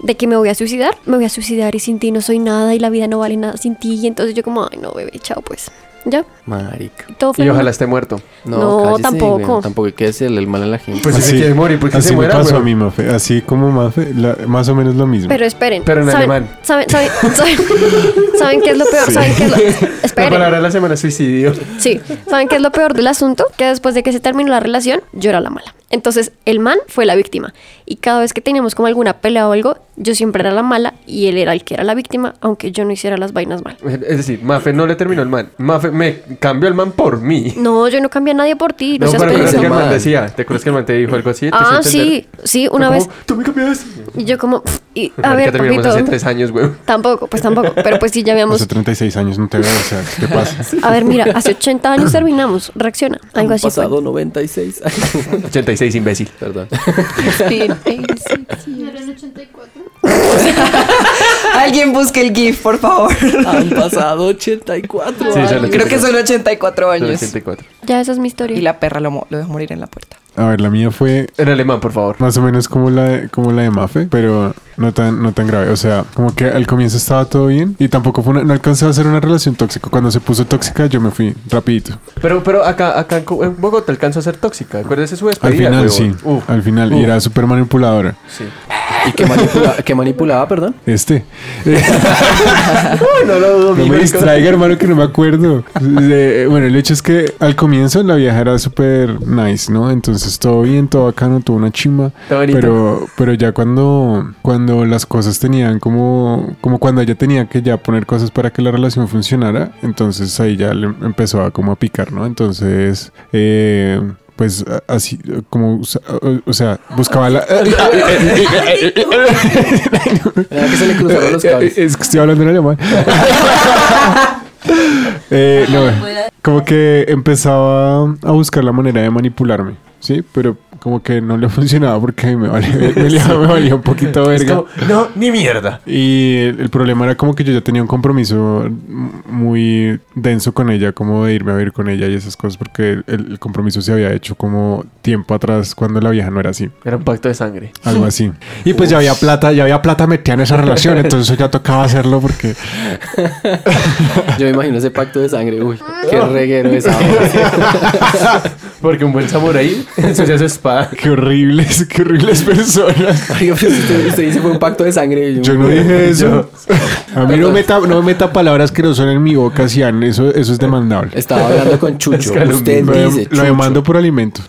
mm, de que me voy a suicidar. Me voy a suicidar y sin ti no soy nada y la vida no vale nada sin ti. Y entonces yo como, ay no, bebé, chao pues. Ya,
Marica.
y todo fue...
Y
en-
ojalá esté muerto.
No,
cállese,
tampoco.
weón, tampoco hay que hacerle el mal a la gente.
Pues si se quiere morir, ¿por qué
así
se
me
muera,
pasó
weón?
a mí, Mafe. Así como Mafe, la- más o menos lo mismo.
Pero esperen.
Pero en
¿saben,
alemán.
¿saben, saben, saben, ¿saben qué es lo peor? ¿Saben qué es lo...
La
Esperen.
palabra de la semana es suicidio.
Sí, ¿saben qué es lo peor del asunto? Que después de que se terminó la relación, yo era la mala. Entonces, el man fue la víctima. Y cada vez que teníamos como alguna pelea o algo, yo siempre era la mala y él era el que era la víctima, aunque yo no hiciera las vainas mal.
Es decir, Mafe no le terminó el man. Mafe me cambió el man por mí.
No, yo no cambié a nadie por ti, no
No,
seas
pero
pendejo.
es que el
pendejo.
man decía. ¿Te acuerdas que el man te dijo algo así? Te hizo
Ah,
entender.
sí, sí,
Fue
una
como,
vez.
Tú me cambiaste.
Y yo como, pff, y, a
Marica,
ver,
terminamos hace
papito.
tres años, weón.
Tampoco, pues tampoco. Pero pues sí, ya habíamos.
Hace 36 años no te veo, o sea, ¿qué pasa?
A ver, mira, hace 80 años terminamos. Reacciona. Algo
Han
así. fue.
pasado 96 años.
86, imbécil.
Perdón.
Alguien busque el GIF, por favor.
Han pasado 84
Sí,
años.
solo
Creo que son 84
Solo
años.
84.
Ya esa es mi
Y
historia.
la perra lo, mo- lo dejó morir en la puerta.
A ver, la mía fue
En alemán, por favor.
Más o menos como la de, como la de Mafe, pero no tan, no tan grave. O sea, como que al comienzo estaba todo bien y tampoco fue una- no alcanzó a ser una relación tóxica. Cuando se puso tóxica, yo me fui rapidito.
Pero, pero acá, acá en Co- en Bogotá alcanzó a ser tóxica. Acuérdese su
Al
despedida,
final,
huevón.
sí.
Uf,
al final.
uf,
Y era súper manipuladora.
sí.
¿Y qué manipula- qué manipulaba, perdón?
Este.
Bueno, lo
No
dominico.
me distraiga, hermano, que no me acuerdo. Eh, bueno, el hecho es que al comienzo la vieja era súper nice, ¿no? Entonces todo bien, todo bacano, tuvo una chimba.
Está bonito.
Pero, pero ya cuando, cuando las cosas tenían como, como cuando ella tenía que ya poner cosas para que la relación funcionara, entonces ahí ya le empezó a como a picar, ¿no? Entonces, eh, pues a- así, como, usa- o- o sea, buscaba la...
Era que se le cruzaron los
Eh, eh,
cables.
Es que estoy hablando en alemán. Eh, no, como que empezaba a buscar la manera de manipularme, ¿sí? Pero como que no le funcionaba porque a mí me valía, me, valía- me valía un poquito
Es
verga.
como, no, ni mierda.
Y el, el problema era como que yo ya tenía un compromiso m- muy denso con ella, como de irme a vivir con ella y esas cosas, porque el, el compromiso se había hecho como tiempo atrás cuando la vieja no era así,
Era un pacto de sangre.
algo así. Y pues ya había plata, ya había plata metida en esa relación, entonces ya tocaba hacerlo porque
Yo me imagino ese pacto de sangre. Uy,
Ah.
qué reguero esa.
Porque un buen samurái ensucia su espada.
Qué horribles, qué horribles
Marica,
personas.
pues,
pero si usted, usted dice fue un pacto de sangre.
Yo no dije eso. A mí no meta, no meta palabras que no son en mi boca, Sian. Eso, eso es demandable.
Estaba hablando con Chucho.
Es que lo
usted
Lo,
dice.
lo
Chucho.
demando por alimento.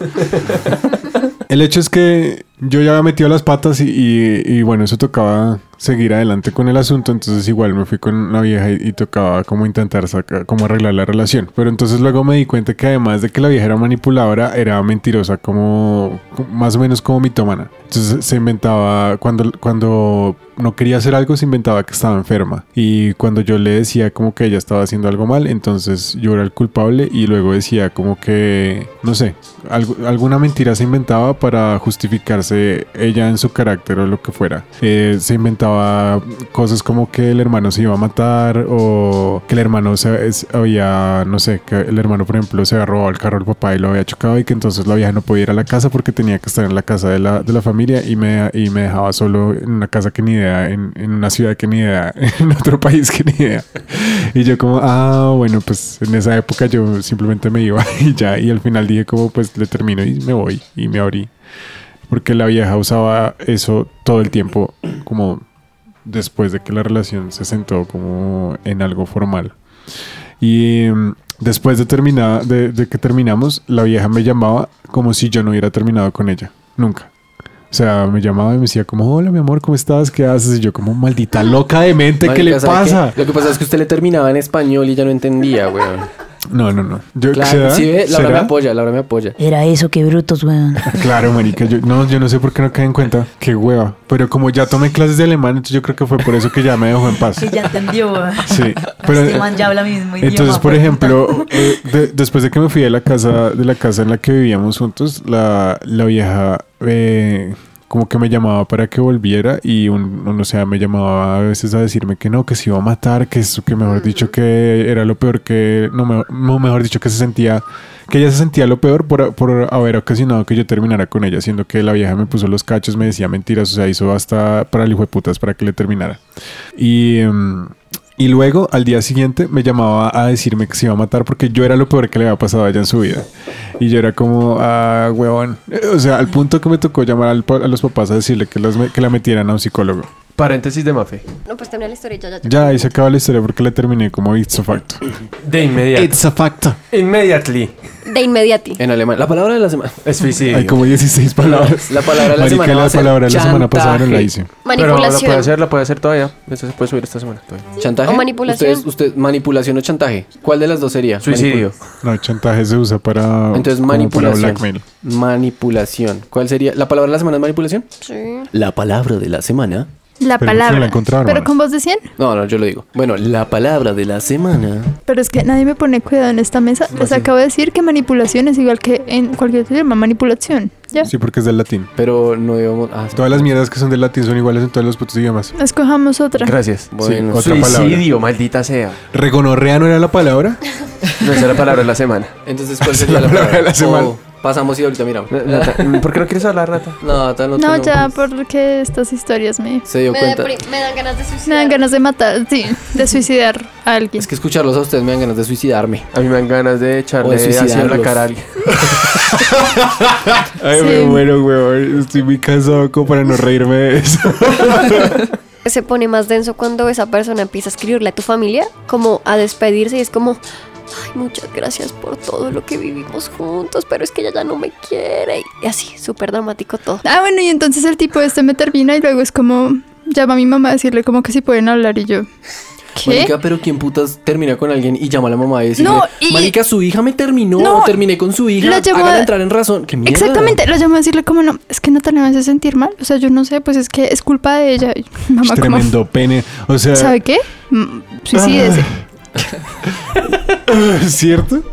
El hecho es que Yo ya había metido las patas y, y- y bueno, eso tocaba seguir adelante con el asunto, entonces igual me fui con una vieja y, y tocaba como intentar sacar, como arreglar la relación. Pero entonces luego me di cuenta que además de que la vieja era manipuladora, era mentirosa, como como- más o menos como mitómana. Entonces se inventaba, cuando, cuando no quería hacer algo, se inventaba que estaba enferma. Y cuando yo le decía como que ella estaba haciendo algo mal, entonces yo era el culpable y luego decía como que, no sé, algu- alguna mentira se inventaba para justificarse ella en su carácter o lo que fuera. Eh, se inventaba cosas como que el hermano se iba a matar o que el hermano se es- había, no sé, que el hermano, por ejemplo, se había robado el carro del papá y lo había chocado y que entonces la vieja no podía ir a la casa porque tenía que estar en la casa de la, de la familia y me, y me dejaba solo en una casa que ni idea, en, en una ciudad que ni idea, en otro país que ni idea. Y yo como, ah, bueno, pues en esa época yo simplemente me iba y ya. Y al final dije como, pues le termino y me voy y me abrí. Porque la vieja usaba eso todo el tiempo, como después de que la relación se sentó como en algo formal. Y mm, después de, termina- de, de que terminamos, la vieja me llamaba como si yo no hubiera terminado con ella. Nunca. O sea, me llamaba y me decía como, hola mi amor, ¿cómo estás? ¿Qué haces? Y yo como, maldita loca de mente, ¿qué
Marica,
le
¿sabe
pasa?
Lo que pasa es que usted le terminaba en español y ya no entendía, weón.
No, no, no. Yo,
Claro,
¿será?
sí, ve, pues- Laura me
¿Será?
apoya, Laura me apoya.
Era eso, qué brutos, weón.
Claro, marica, yo no, yo no sé por qué no caí en cuenta. Qué hueva. Pero como ya tomé clases de alemán, entonces yo creo que fue por eso que ya me dejó en paz.
Que ya entendió, weón.
Sí, pero
Este man ya habla mi mismo idioma, pues.
entonces, por
weón.
ejemplo, eh, de- después de que me fui de la casa, de la casa en la que vivíamos juntos, la, la vieja eh, como que me llamaba para que volviera y un, un- o sea, me llamaba a veces a decirme que no, que se iba a matar, que eso, que mejor dicho que era lo peor que, no, me- no, mejor dicho que se sentía, que ella se sentía lo peor por, por haber ocasionado que yo terminara con ella, siendo que la vieja me puso los cachos, me decía mentiras, o sea, hizo hasta para el hijo de putas para que le terminara. Y, em, y luego, al día siguiente, me llamaba a decirme que se iba a matar porque yo era lo peor que le había pasado a ella en su vida. Y yo era como, ah, huevón. O sea, al punto que me tocó llamar al pa- a los papás a decirle que, las me- que la metieran a un psicólogo.
Paréntesis de Mafe.
No, pues termina la historia ya, ya. ya.
Ya, ahí se acaba la historia porque la terminé como it's a fact.
De inmediato.
a fact.
Immediately.
De inmediati.
En alemán. La palabra de la semana.
Es suicidio.
Hay como 16 palabras.
La palabra de la
Marica,
semana va
la
a ser
palabra de la semana pasada no la
chantaje.
hice.
Pero la puede
Manipulación.
hacer, la puede hacer todavía. Eso se puede subir esta semana todavía.
¿Chantaje?
O manipulación.
Ustedes- usted, ¿Manipulación o chantaje? ¿Cuál de las dos sería?
Suicidio.
Manipul-
No, chantaje se usa para.
Entonces,
como Para
manipulación.
blackmail.
manipulación. ¿Cuál sería? ¿La palabra de la semana es manipulación?
Sí.
La palabra de la semana.
La
Pero no se la
palabra.
encontraron,
pero
hermana.
con voz de 100.
No, no, yo lo digo. Bueno, la palabra de la semana.
Pero es que nadie me pone cuidado en esta mesa. Les acabo de decir que manipulación es igual que en cualquier otro idioma. Manipulación. ¿Ya?
Sí, porque es del latín.
Pero no digamos. Ah,
Todas las mierdas que son del latín son iguales en todos los putos idiomas.
Escojamos otra.
Gracias.
Bueno,
otra palabra.
Suicidio, maldita sea.
¿Regonorrea no era la palabra?
No esa es la palabra de la semana.
entonces, ¿cuál sería la,
palabra de la semana.
Oh, pasamos y ahorita miramos.
Nata, ¿Por qué no quieres hablar, Nata?
No, tal, no,
No,
no.
ya, porque estas historias me,
Se dio
Me,
cuenta.
deprim- me dan ganas de suicidar.
me dan ganas de matar, sí, de suicidar a alguien.
Es que escucharlos a ustedes me dan ganas de suicidarme.
A mí me dan ganas de
O
echarle
de
así a la
suicidarlos.
cara a alguien.
Ay,
Sí.
me muero, weón. Estoy muy cansado como para no reírme de eso.
se pone más denso cuando esa persona empieza a escribirle a tu familia, como a despedirse y es como, ay, muchas gracias por todo lo que vivimos juntos, pero es que ella ya no me quiere. Y así, súper dramático todo.
Ah, bueno, y entonces el tipo este me termina y luego es como, llama a mi mamá a decirle como que si pueden hablar y yo, ¿qué?
Marica, pero ¿quién putas termina con alguien y llama a la mamá y dice,
No, y-
Marica, su hija me terminó
No,
o terminé con su hija.
la llamó
Hágala
a-
entrar en razón. ¿Qué mierda?
Exactamente, lo llamó a decirle como no, es que Natalia me hace sentir mal, o sea, yo no sé, pues es que es culpa de ella. Y, mamá, como,
Tremendo pene. O sea,
¿sabe qué? Mm,
Ah.
Suicídese.
¿es cierto?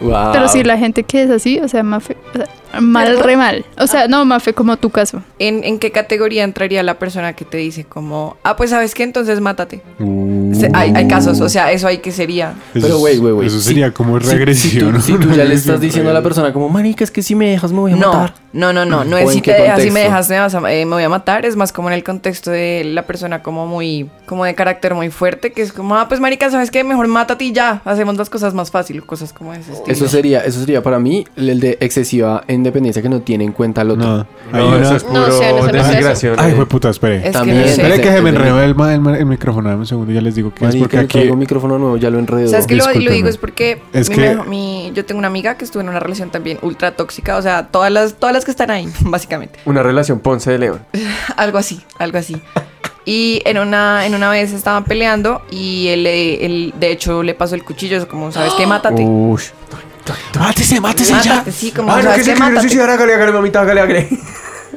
Guau.
Pero sí, la gente que es así, o sea, Mafe, o sea, mal, re mal. O sea, no, Mafe, como tu caso.
¿En, en qué categoría entraría la persona que te dice como, ah, pues sabes qué, entonces mátate? Se-
Uh.
hay, hay casos, o sea, eso hay que sería.
Uh, Eso
Pero,
es-
güey, güey, güey.
Eso
Si-
sería como
Si- si,
regresión.
tú, si tú ya le estás diciendo a la persona como, Marica, es que si me dejas me voy a
No,
matar.
no, no, no, no
¿O
es
en
si
qué
te dejas, si
contexto?
me dejas, me, vas a- eh, me voy a matar, es más como en el contexto de la persona como muy, como de carácter muy fuerte, que es como, ah, pues marica, ¿sabes qué? Mejor mátate y ya, hacemos las cosas más fácil, cosas como ese estilo.
Eso sería, eso sería para mí el de excesiva en- independencia que no tiene en cuenta al otro.
No, hay
No, eso
una-
es
No,
puro
sí, no, eso no es eso.
denigración.
Ay, fue puta, espere.
Es
También
que no
es-
sé.
Espere que se me
Espere.
enredó el, ma- el, ma- el micrófono. Dame un segundo, ya les digo que es
Marica,
porque
yo
aquí.
traigo un micrófono nuevo, ya lo enredo.
¿Sabes que lo, lo digo?
Discúlpeme.
Es porque
Es
mi
que-
mejo- mi- yo tengo una amiga que estuvo en una relación también ultra tóxica. O sea, todas las, todas las que están ahí, básicamente.
Una relación Ponce de León.
Algo así, algo así. Y en una, en una vez estaban peleando y él, le- él, de hecho, le pasó el cuchillo. Es como, ¿sabes qué? Mátate.
Uy.
Mátese, mátese ya.
mátate, sí, como,
Ah,
¿sabes qué? Mátate.
hágale, hágale, mamita, hágale, hágale.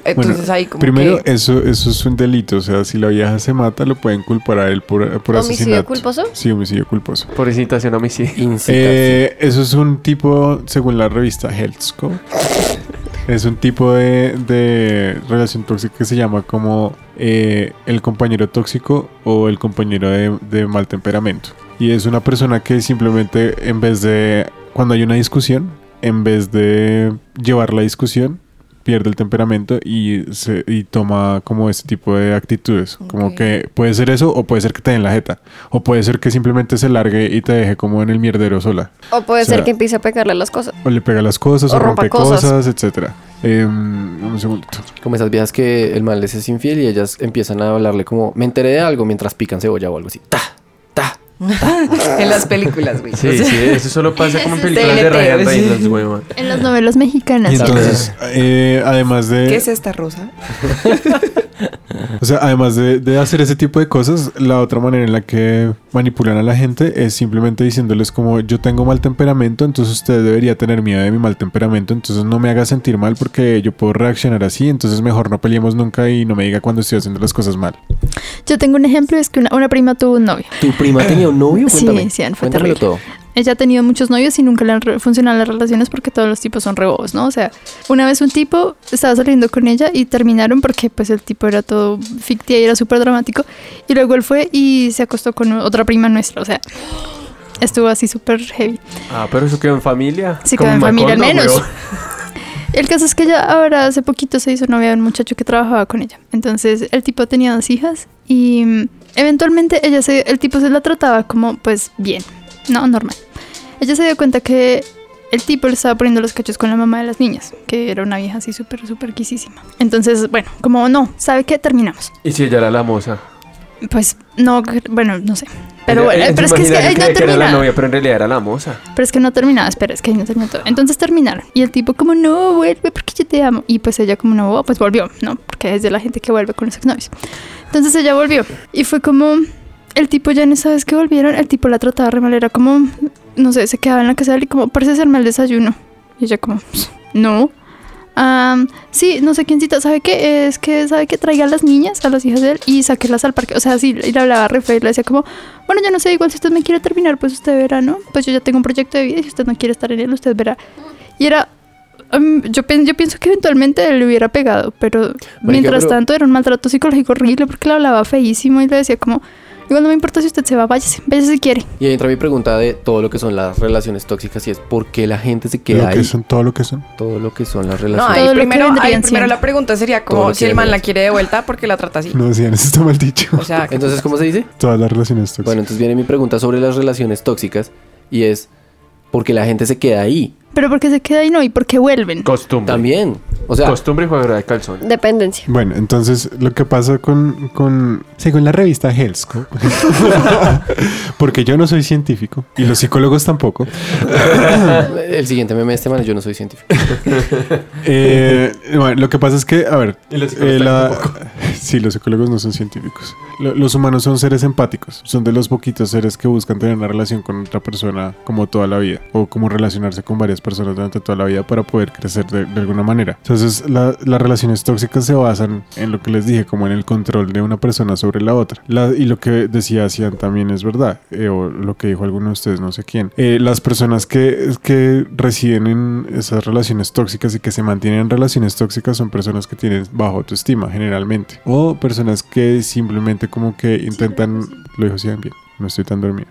Bueno,
Entonces ahí como
primero, eh,
que...
eso, eso es un delito. O sea, si la vieja se mata, lo pueden culpar a él por, por
¿Homicidio
asesinato.
culposo?
Sí, homicidio culposo.
Por incitación a homicidio.
Eh, eso es un tipo, según la revista Healthscope, es un tipo de, de relación tóxica que se llama como eh, el compañero tóxico o el compañero de, de mal temperamento. Y es una persona que simplemente en vez de, cuando hay una discusión, en vez de llevar la discusión, pierde el temperamento y, se, y toma como este tipo de actitudes. Como
Ok.
que puede ser eso o puede ser que te den la jeta. O puede ser que simplemente se largue y te deje como en el mierdero sola.
O puede
O sea,
ser que empiece a pegarle a las cosas.
O le pega las cosas o,
O rompa
rompe cosas, etcétera. Em, un segundito.
Como esas viejas que el man les es infiel y ellas empiezan a hablarle como, me enteré de algo mientras pican cebolla o algo así. Ta, ta.
en las películas, güey. O
Sí,
sea,
sí, eso solo pasa como en
Eso es
películas de
TNT,
Ryan
sí.
Reynolds, weón.
En las novelas mexicanas.
Y entonces, eh, además de...
¿Qué es esta rosa?
O sea, además de, de hacer ese tipo de cosas, la otra manera en la que manipulan a la gente es simplemente diciéndoles como yo tengo mal temperamento, entonces usted debería tener miedo de mi mal temperamento, entonces no me haga sentir mal porque yo puedo reaccionar así, entonces mejor no peleemos nunca y no me diga cuando estoy haciendo las cosas mal.
Yo tengo un ejemplo, es que una, una prima tuvo un novio.
¿Tu prima tenía un novio?
Sí,
Cuéntame.
sí, fue
Cuéntamelo
terrible.
todo.
Ella ha tenido muchos novios y nunca le han re- funcionado las relaciones porque todos los tipos son rebobos, ¿no? O sea, una vez un tipo estaba saliendo con ella y terminaron porque pues el tipo era todo ficticio y era súper dramático. Y luego él fue y se acostó con otra prima nuestra, o sea, estuvo así súper heavy.
Ah, pero eso quedó en familia.
Sí,
Como
quedó en familia, al
Macondo,
menos.
weón.
El caso es que ella ahora hace poquito se hizo novia de un muchacho que trabajaba con ella. Entonces el tipo tenía dos hijas y mm, eventualmente ella se, el tipo se la trataba como pues bien, no normal. Ella se dio cuenta que el tipo le estaba poniendo los cachos con la mamá de las niñas, que era una vieja así súper, súper quisísima. Entonces, bueno, como no, ¿sabe qué? Terminamos.
Y si ella era la moza.
Pues no, cre- bueno, no sé. Pero
Ella-
bueno,
ella en
pero
su
es que, es que
imaginario
ahí no
creía que era la
termina.
novia, pero en realidad era la moza.
Pero es que no terminaba, espera, es que ahí no terminó todo. Entonces terminaron. Y el tipo como, no, vuelve porque yo te amo. Y pues ella como, no, pues volvió, ¿no? Porque es de la gente que vuelve con los exnovios. Entonces ella volvió. Y fue como, el tipo ya en esa vez que volvieron, el tipo la trataba re mal. Era como, no sé, se quedaba en la casa de él y como, parece hacerme el desayuno. Y ella como, "Ps, no. Am, sí, no sé quién cita, ¿sabe qué? Es que, ¿sabe que Traiga a las niñas, a las hijas de él y saquelas al parque. O sea, sí, y le hablaba re feo y le decía como, bueno, yo no sé, igual si usted me quiere terminar, pues usted verá, ¿no? Pues yo ya tengo un proyecto de vida y si usted no quiere estar en él, usted verá. Y era... mm, yo, pen- yo pienso que eventualmente él le hubiera pegado, pero mientras
pero-
tanto era un maltrato psicológico horrible porque le hablaba feísimo y le decía como, igual no me importa si usted se va, váyase, váyase si quiere.
Y ahí entra mi pregunta de todo lo que son las relaciones tóxicas y es por qué la gente se
Lo
queda ahí.
que son, todo lo que son.
Todo lo que son las
No,
relaciones.
Todo
ahí
lo que
primero, ahí
vendrían
primero
siendo.
la pregunta sería
Todo
como
lo
si
que
el man la
vendrían.
quiere de vuelta porque la trata así.
No decían, eso está mal dicho.
O sea, que-
Entonces, ¿cómo se dice?
Todas las relaciones tóxicas.
Bueno, entonces viene mi pregunta sobre las relaciones tóxicas y es por qué la gente se queda ahí.
Pero porque se queda ahí no y porque vuelven.
Costumbre.
También. O sea,
Costumbre y jugadora de calzón.
Dependencia.
Bueno, entonces lo que pasa con, con según la revista Healthscope, porque yo no soy científico y los psicólogos tampoco,
el siguiente meme de este man, es yo no soy científico.
eh, bueno, lo que pasa es que, a ver,
Y los
eh,
psicólogos
la- sí, los psicólogos no son científicos. Lo- los humanos son seres empáticos, son de los poquitos seres que buscan tener una relación con otra persona como toda la vida, o como relacionarse con varias personas durante toda la vida para poder crecer de, de alguna manera. Entonces, la- las relaciones tóxicas se basan en lo que les dije, como en el control de una persona sobre la otra. La- y lo que decía Sian también es verdad, eh, o lo que dijo alguno de ustedes, no sé quién. Eh, las personas que, que residen en esas relaciones tóxicas y que se mantienen en relaciones tóxicas son personas que tienen bajo autoestima, generalmente. O personas que simplemente como que intentan... Lo dijo Sian bien. no estoy tan dormido.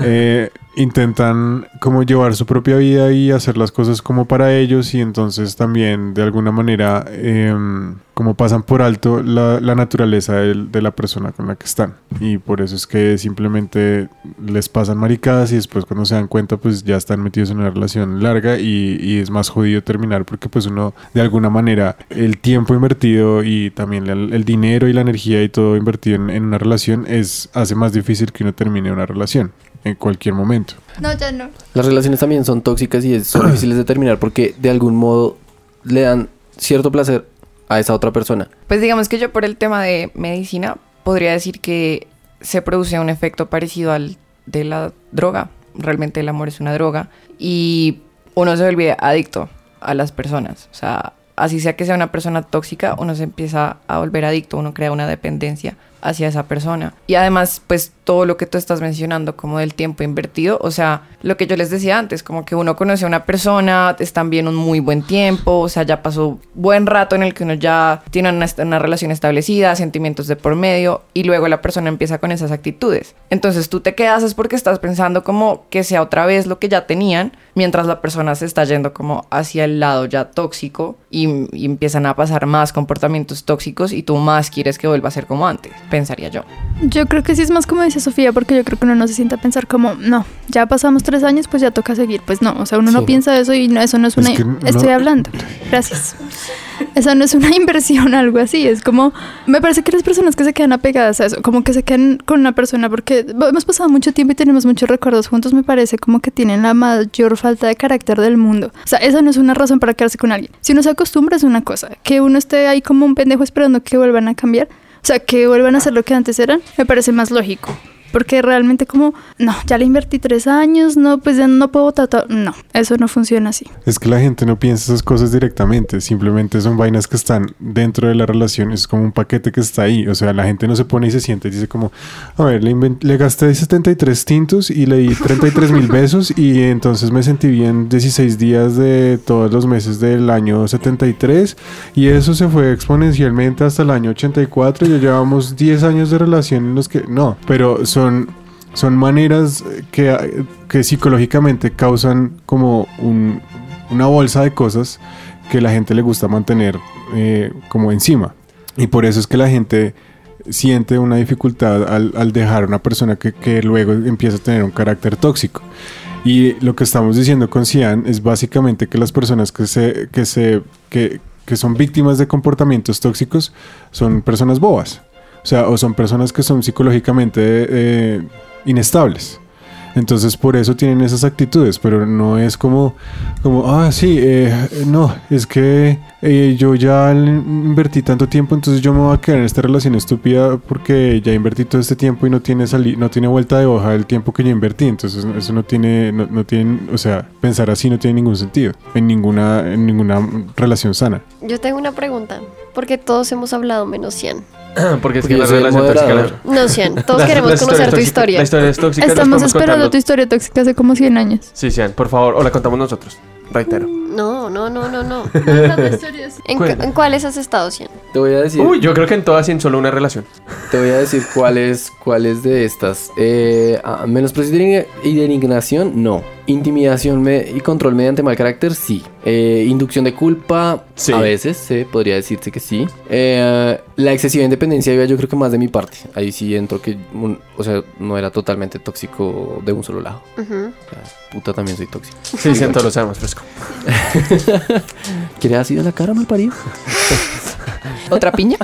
Eh, intentan como llevar su propia vida y hacer las cosas como para ellos y entonces también de alguna manera em, como pasan por alto la, la naturaleza del- de la persona con la que están y por eso es que simplemente les pasan maricadas y después cuando se dan cuenta pues ya están metidos en una relación larga y, y es más jodido terminar porque pues uno de alguna manera el tiempo invertido y también el, el dinero y la energía y todo invertido en, en una relación es hace más difícil que uno termine una relación en cualquier momento.
No, ya no.
Las relaciones también son tóxicas y es- son difíciles de terminar porque de algún modo le dan cierto placer a esa otra persona.
Pues digamos que yo por el tema de medicina podría decir que se produce un efecto parecido al de la droga. Realmente el amor es una droga y uno se vuelve adicto a las personas. O sea, así sea que sea una persona tóxica, uno se empieza a volver adicto, uno crea una dependencia hacia esa persona. Y además, pues todo lo que tú estás mencionando, como del tiempo invertido, o sea, lo que yo les decía antes, como que uno conoce a una persona, están bien un muy buen tiempo, o sea, ya pasó buen rato en el que uno ya tiene una, est- una relación establecida, sentimientos de por medio, y luego la persona empieza con esas actitudes. Entonces tú te quedas es porque estás pensando como que sea otra vez lo que ya tenían, mientras la persona se está yendo como hacia el lado ya tóxico y, y empiezan a pasar más comportamientos tóxicos y tú más quieres que vuelva a ser como antes, pensaría yo.
Yo creo que sí es más como dice Sofía, porque yo creo que uno no se sienta a pensar como, no, ya pasamos tres años, pues ya toca seguir. Pues no, o sea, uno
Sí.
no piensa eso y no, eso no es
Es
una...
que no-
Estoy hablando. Gracias. Esa no es una inversión, algo así. Es como, me parece que las personas que se quedan apegadas a eso, como que se quedan con una persona, porque hemos pasado mucho tiempo y tenemos muchos recuerdos juntos, me parece como que tienen la mayor falta de carácter del mundo. O sea, esa no es una razón para quedarse con alguien. Si uno se acostumbra es una cosa, que uno esté ahí como un pendejo esperando que vuelvan a cambiar, o sea, que vuelvan a ser lo que antes eran, me parece más lógico. Porque realmente como, no, ya le invertí tres años, no, pues ya no puedo tatuar. No, eso no funciona así.
Es que la gente no piensa esas cosas directamente, simplemente son vainas que están dentro de la relación, es como un paquete que está ahí, o sea, la gente no se pone y se siente y dice como, a ver, le, inven- le gasté 73 tintos y le di 33 mil besos y entonces me sentí bien 16 días de todos los meses del año 73 y eso se fue exponencialmente hasta el año 84, ya llevamos 10 años de relación en los que, no, pero son son maneras que, que psicológicamente causan como un- una bolsa de cosas que la gente le gusta mantener eh, como encima. Y por eso es que la gente siente una dificultad al, al dejar a una persona que, que luego empieza a tener un carácter tóxico. Y lo que estamos diciendo con Cian es básicamente que las personas que se, que se, que, que son víctimas de comportamientos tóxicos son personas bobas. O sea, o son personas que son psicológicamente eh, inestables. Entonces por eso tienen esas actitudes, pero no es como, como ah, sí, eh, no, es que eh, yo ya le invertí tanto tiempo, entonces yo me voy a quedar en esta relación estúpida porque ya invertí todo este tiempo y no tiene, sali- no tiene vuelta de hoja el tiempo que yo invertí, entonces eso no tiene, no, no tiene, o sea, pensar así no tiene ningún sentido en ninguna, en ninguna relación sana.
Yo tengo una pregunta, porque todos hemos hablado menos Cian.
Porque es
Porque
que la
yo soy el
relación tóxica...
moderador.
No, Cian, todos
la- la
queremos conocer tu
tóxica-
historia.
La historia es tóxica. la
Estamos
estamos
esperando
contando.
tu historia tóxica hace como 100 años.
Sí, Sean, por favor, o la contamos nosotros. Reitero.
No, no, no, no, no. ¿En, cu-
Cuenta.
en cuáles has estado, Cian?
Te voy a decir,
Uy, yo creo que en todas y en solo una relación.
te voy a decir cuáles cuáles de estas. Eh, ah, menosprecio y denig- y designación, no. Intimidación me- y control mediante mal carácter, sí. Eh, inducción de culpa,
Sí.
a veces, sí, podría decirse que sí. Eh, la excesiva independencia iba yo creo que más de mi parte. Ahí sí entro que, un- o sea, no era totalmente tóxico de un solo lado.
Ujú.
O sea, puta, también soy tóxico.
Sí, sí, en todos los sabemos, fresco.
¿Quiere ácido en la cara, mal parido?
¿Otra piña?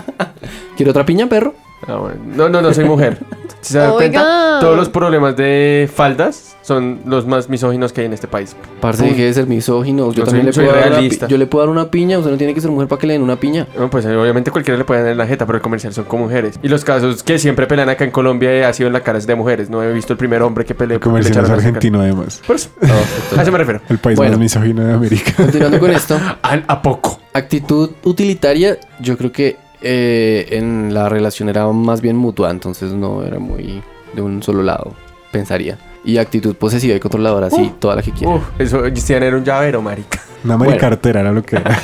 ¿Quiere otra piña, perro?
Ah, bueno. No, no, no, soy mujer. Si se da cuenta,
Oiga.
todos los problemas de faldas son los más misóginos que hay en este país.
Parce, deje de ser misógino. Yo
No,
también
soy-
le
soy
puedo, dar una pi-
realista.
yo le puedo dar una piña. Usted no tiene que ser mujer para que le den una piña.
Bueno, pues eh, obviamente cualquiera le puede dar en la jeta, pero el comercial son con mujeres. Y los casos que siempre pelean acá en Colombia eh, ha sido en la cara es de mujeres. No he visto el primer hombre que pelee
El
porque le
comercial es
echaron la
argentino además,
cara. Por eso. A eso me refiero.
el país
Bueno.
más misógino de América.
Continuando con esto,
Al- a poco.
actitud utilitaria, yo creo que eh, en la relación era más bien mutua, entonces no era muy de un solo lado, pensaría. Y actitud posesiva y
uh.
controladora, sí, toda la que quiera.
Uf, eso Cristian era un llavero, marica.
Una maricartera era lo que era.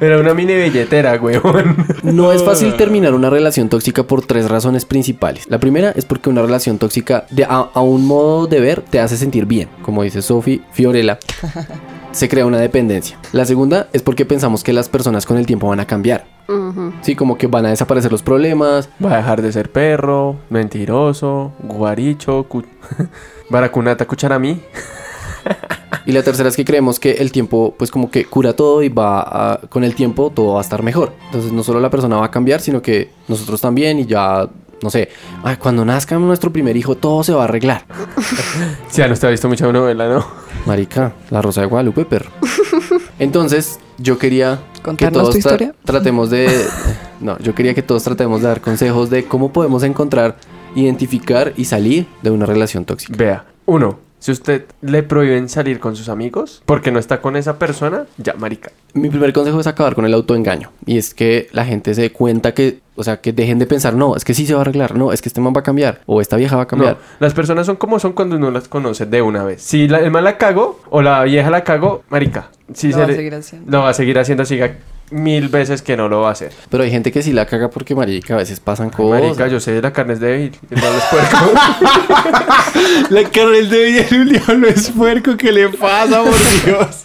Era una mini billetera, weón.
No es fácil terminar una relación tóxica por tres razones principales. La primera es porque una relación tóxica de a, a un modo de ver te hace sentir bien, como dice Sophie Fiorella. Se crea una dependencia. La segunda es porque pensamos que las personas con el tiempo van a cambiar.
Ujú.
Sí, como que van a desaparecer los problemas.
Va a dejar de ser perro, mentiroso, guaricho, cu- baracunata, cucharamí.
Y la tercera es que creemos que el tiempo, pues como que cura todo y va a- con el tiempo todo va a estar mejor. Entonces no solo la persona va a cambiar, sino que nosotros también y ya, no sé, "Ay, cuando nazca nuestro primer hijo todo se va a arreglar.
Si ya no está visto mucha novela, ¿no?
Marica, la Rosa de Guadalupe, perro. Entonces, yo quería que
¿Contarnos
todos
tu
tra-
historia?
tratemos de. No, yo quería que todos tratemos de dar consejos de cómo podemos encontrar, identificar y salir de una relación tóxica.
Vea, uno, si usted le prohíben salir con sus amigos porque no está con esa persona, ya, marica.
Mi primer consejo es acabar con el autoengaño. Y es que la gente se dé cuenta que, o sea, que dejen de pensar, no, es que sí se va a arreglar, no, es que este man va a cambiar, o esta vieja va a cambiar.
No, las personas son como son cuando uno las conoce de una vez. Si la, el man la cago o la vieja la cago, marica. Si
Lo
se
va a
le-
seguir haciendo.
Lo va a seguir haciendo, siga mil veces que no lo va a hacer.
Pero hay gente que sí la caga porque, marica, a veces pasan cosas.
Marica, yo sé, la carne es débil. El diablo es puerco.
La carrera de vida de un diablo es puerco. ¿Qué le pasa, por Dios?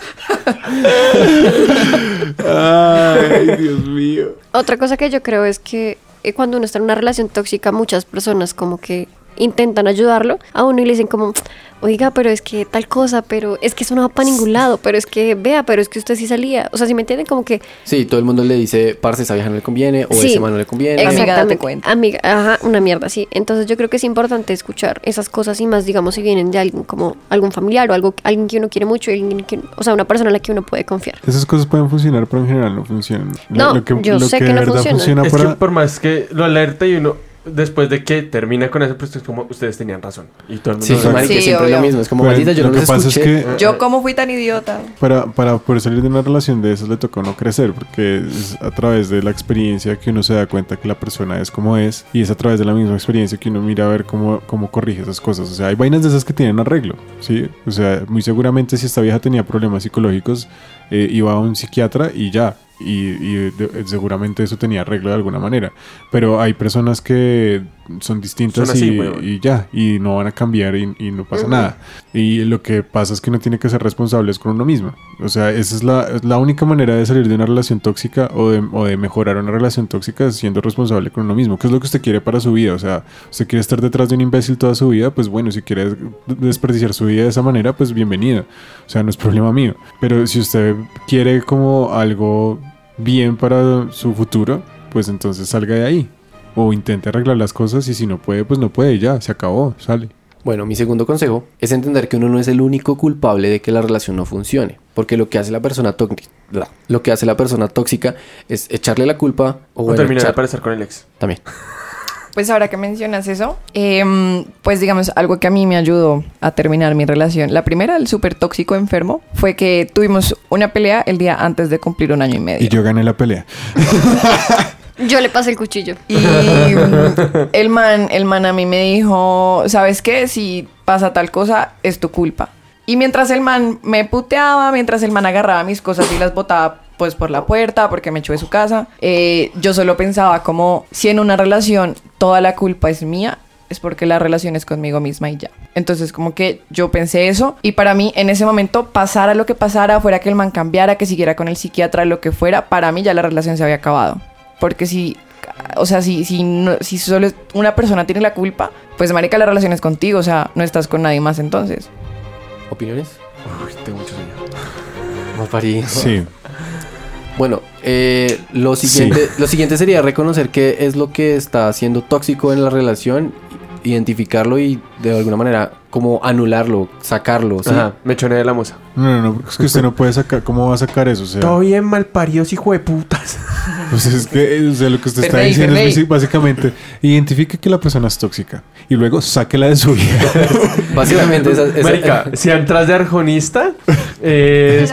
Ay, Dios mío.
Otra cosa que yo creo es que eh, cuando uno está en una relación tóxica, muchas personas como que intentan ayudarlo a uno y le dicen como, oiga, pero es que tal cosa, pero es que eso no va para ningún lado, pero es que vea, pero es que usted sí salía. O sea, si me entienden, como que
Sí, todo el mundo le dice, parce, esa vieja no le conviene, o
Sí.
ese man no le conviene.
Amiga, date
Exactamente.
cuenta.
Amiga, ajá, una mierda, sí. Entonces yo creo que es importante escuchar esas cosas y más, digamos, si vienen de alguien como algún familiar o algo, alguien que uno quiere mucho, alguien que, o sea, una persona a la que uno puede confiar.
Esas cosas pueden funcionar, pero en general no funcionan. Lo-
No,
lo que,
yo
lo
sé
que de
que no
verdad funciona,
es
para...
que por más que lo alerta y uno, después de que termina con eso, pues es como ustedes tenían razón. Y todo el mundo
Sí,
lo-
marica,
Sí,
siempre es lo
obvio.
mismo. Es como,
Pero
maldita, yo
Pues, lo
no
que
los
pasa
escuché.
es que
Yo, ¿cómo fui tan idiota?
para, para poder salir de una relación de esas le toca a uno crecer, porque es a través de la experiencia que uno se da cuenta que la persona es como es, y es a través de la misma experiencia que uno mira a ver cómo, cómo corrige esas cosas. O sea, hay vainas de esas que tienen arreglo, ¿sí? O sea, muy seguramente si esta vieja tenía problemas psicológicos, eh, iba a un psiquiatra y ya. Y, y de- seguramente eso tenía arreglo de alguna manera. Pero hay personas que son distintas
Son así,
y-
huevón.
y y ya, y no van a cambiar y, y no pasa nada. Y lo que pasa es que uno tiene que ser responsables con uno mismo. O sea, esa es la, es la única manera de salir de una relación tóxica o de, o de mejorar una relación tóxica es siendo responsable con uno mismo. ¿Qué es lo que usted quiere para su vida? O sea, usted quiere estar detrás de un imbécil toda su vida, pues bueno, si quiere des- desperdiciar su vida de esa manera, pues bienvenido. O sea, no es problema mío. Pero si usted quiere como algo bien para su futuro, pues entonces salga de ahí o intente arreglar las cosas y si no puede, pues no puede, ya, se acabó, sale.
Bueno, mi segundo consejo es entender que uno no es el único culpable de que la relación no funcione, porque lo que hace la persona tóxica, lo que hace la persona tóxica es echarle la culpa o,
o
bueno,
terminar de
echar-
aparecer con el ex.
también.
Pues ahora que mencionas eso, em, pues digamos, algo que a mí me ayudó a terminar mi relación. La primera, el súper tóxico enfermo, fue que tuvimos una pelea el día antes de cumplir un año y medio.
Y yo gané la pelea.
Yo le pasé el cuchillo.
Y mm, el man, el man a mí me dijo, ¿sabes qué? Si pasa tal cosa, es tu culpa. Y mientras el man me puteaba, mientras el man agarraba mis cosas y las botaba pues por la puerta porque me echó de su casa, eh, yo solo pensaba como si en una relación toda la culpa es mía, es porque la relación es conmigo misma y ya. Entonces como que yo pensé eso y para mí en ese momento pasara lo que pasara, fuera que el man cambiara, que siguiera con el psiquiatra, lo que fuera, para mí ya la relación se había acabado. Porque si, o sea, si, si, no- si solo es- una persona tiene la culpa, pues marica, la relación es contigo, o sea, no estás con nadie más entonces.
¿Opiniones?
Uy, tengo mucho sueño.
Mal parido.
Sí,
Bueno, eh, lo, siguiente, lo siguiente sería reconocer qué es lo que está siendo tóxico en la relación, identificarlo y de alguna manera como anularlo, sacarlo. ¿sí?
Ajá, me choné de la moza.
no, no, no, porque es que usted no puede sacar, ¿cómo va a sacar eso? O sea,
Todo bien mal paridos, hijo de putas.
pues es que eh, o sea, lo que usted está
Perdí,
diciendo es
perdí.
basi- básicamente, identifique que la persona es tóxica y luego sáquela de su vida.
Básicamente esa, esa-
Marica, si entras de arjonista, eh,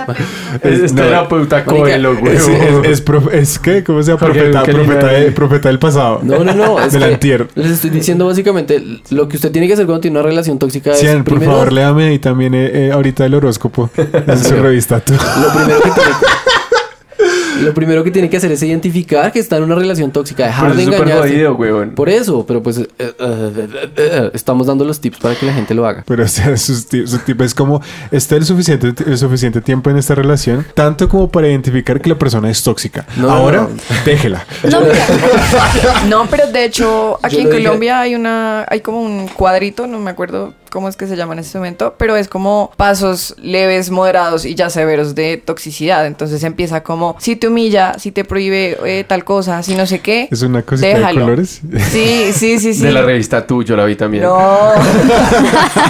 es, es
No.
terapeuta coelo, güey.
es, es, es prof- es que, ¿cómo se llama?
Jorge
Profeta,
Duque
profeta
Lima,
de-
eh.
profeta del pasado.
No, no, no. es
Del
que
antier.
Les estoy diciendo básicamente lo que usted tiene que hacer cuando tiene una relación tóxica es.
Cian, por
primero-
favor, léame ahí también eh, eh, ahorita el horóscopo en su revista. tú.
Lo primero que tiene Lo primero que tiene que hacer es identificar que está en una relación tóxica, dejar
Pero
de
es súper
engañarse.
jodido, weón.
Por eso, pero pues eh, eh, eh, eh, estamos dando los tips para que la gente lo haga.
Pero o sea, su, ti- su tipo es como, está el suficiente, el suficiente tiempo en esta relación, tanto como para identificar que la persona es tóxica.
No,
Ahora,
no, no.
déjela.
No, mira. No, pero de hecho, aquí
Yo
en
lo dije-
Colombia hay una, hay como un cuadrito, no me acuerdo cómo es que se llama en este momento, pero es como pasos leves, moderados y ya severos de toxicidad. Entonces empieza como si te humilla, si te prohíbe eh, tal cosa, si no sé qué.
Es una cosita de colores.
Sí, sí, sí, sí.
De la revista tú, yo la vi también.
No.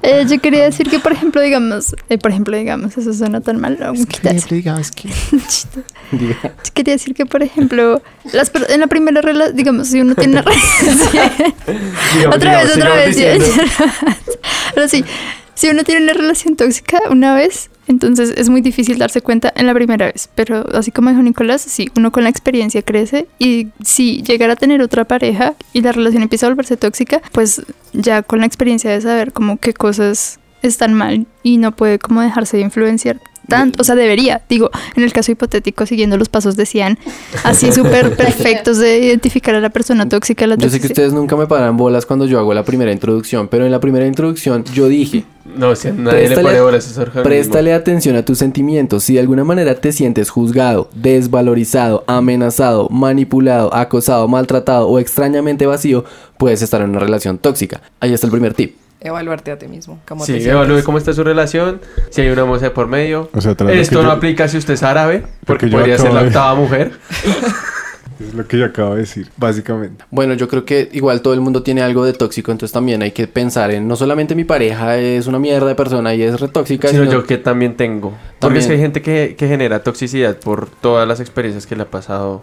Eh, yo quería decir que, por ejemplo, digamos, eh, por ejemplo, digamos, eso suena tan mal. no, quitas. Chito. Yo quería decir que, por ejemplo, las per- en la primera relación, digamos, si uno tiene una relación.
Digamos,
otra vez, otra
digamos, sigamos
vez.
diciendo.
Ahora sí, si uno tiene una relación tóxica una vez, entonces es muy difícil darse cuenta en la primera vez. Pero así como dijo Nicolás, sí, uno con la experiencia crece y si llegara a tener otra pareja y la relación empieza a volverse tóxica, pues ya con la experiencia de saber como qué cosas están mal y no puede como dejarse influenciar tanto, o sea, debería, digo, en el caso hipotético, siguiendo los pasos de Cian, así súper perfectos de identificar a la persona tóxica, la
Yo sé que
tóxica.
ustedes nunca me paran bolas cuando yo hago la primera introducción, pero en la primera introducción yo dije,
No, si a nadie
Préstale-
le pone bolas a Sergio Anónimo.
Préstale atención a tus sentimientos. Si de alguna manera te sientes juzgado, desvalorizado, amenazado, manipulado, acosado, maltratado o extrañamente vacío, puedes estar en una relación tóxica. Ahí está el primer tip.
Evaluarte a ti mismo. Como
Sí, evalúe cómo está su relación, si hay una moza de por medio.
O sea, tras lo
Esto
que
no
yo-
aplica si usted es árabe, porque
que yo
podría ser
acabo
la
de-
octava mujer.
Es lo que yo acabo de decir, básicamente.
Bueno, yo creo que igual todo el mundo tiene algo de tóxico, entonces también hay que pensar en no solamente mi pareja es una mierda de persona y es re tóxica,
Sino
sino-
yo que también tengo. Porque
También.
es que hay gente que, que genera toxicidad por todas las experiencias que le ha pasado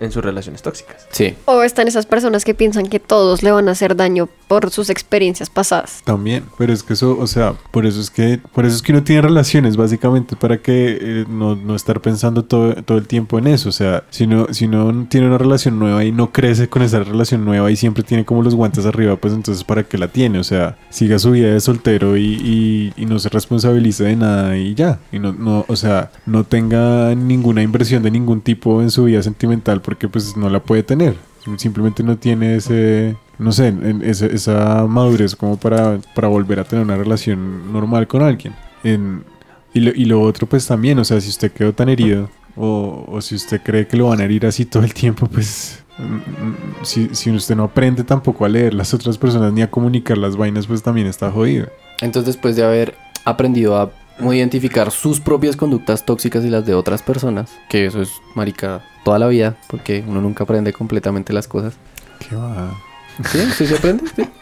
en sus relaciones tóxicas.
Sí.
O están esas personas que piensan que todos le van a hacer daño por sus experiencias pasadas.
También, pero es que eso, o sea, por eso es que, por eso es que uno tiene relaciones, básicamente, para que eh, no, no estar pensando todo, todo el tiempo en eso. O sea, si no, si no tiene una relación nueva y no crece con esa relación nueva y siempre tiene como los guantes arriba, pues entonces para qué la tiene. O sea, siga su vida de soltero y, y- y no se responsabilice de nada y ya. Y no, no, o sea, no tenga ninguna inversión de ningún tipo en su vida sentimental porque pues no la puede tener. Simplemente no tiene ese, no sé, en- esa, esa madurez como para, para volver a tener una relación normal con alguien. En- y, lo, y lo otro pues también, o sea, si usted quedó tan herido o, o si usted cree que lo van a herir así todo el tiempo, pues mm, mm, si, si usted no aprende tampoco a leer las otras personas ni a comunicar las vainas, pues también está jodido.
Entonces, después de haber aprendido a identificar sus propias conductas tóxicas y las de otras personas, que eso es marica toda la vida, porque uno nunca aprende completamente las cosas.
¿Qué va?
¿Sí? ¿Sí se aprende? Sí.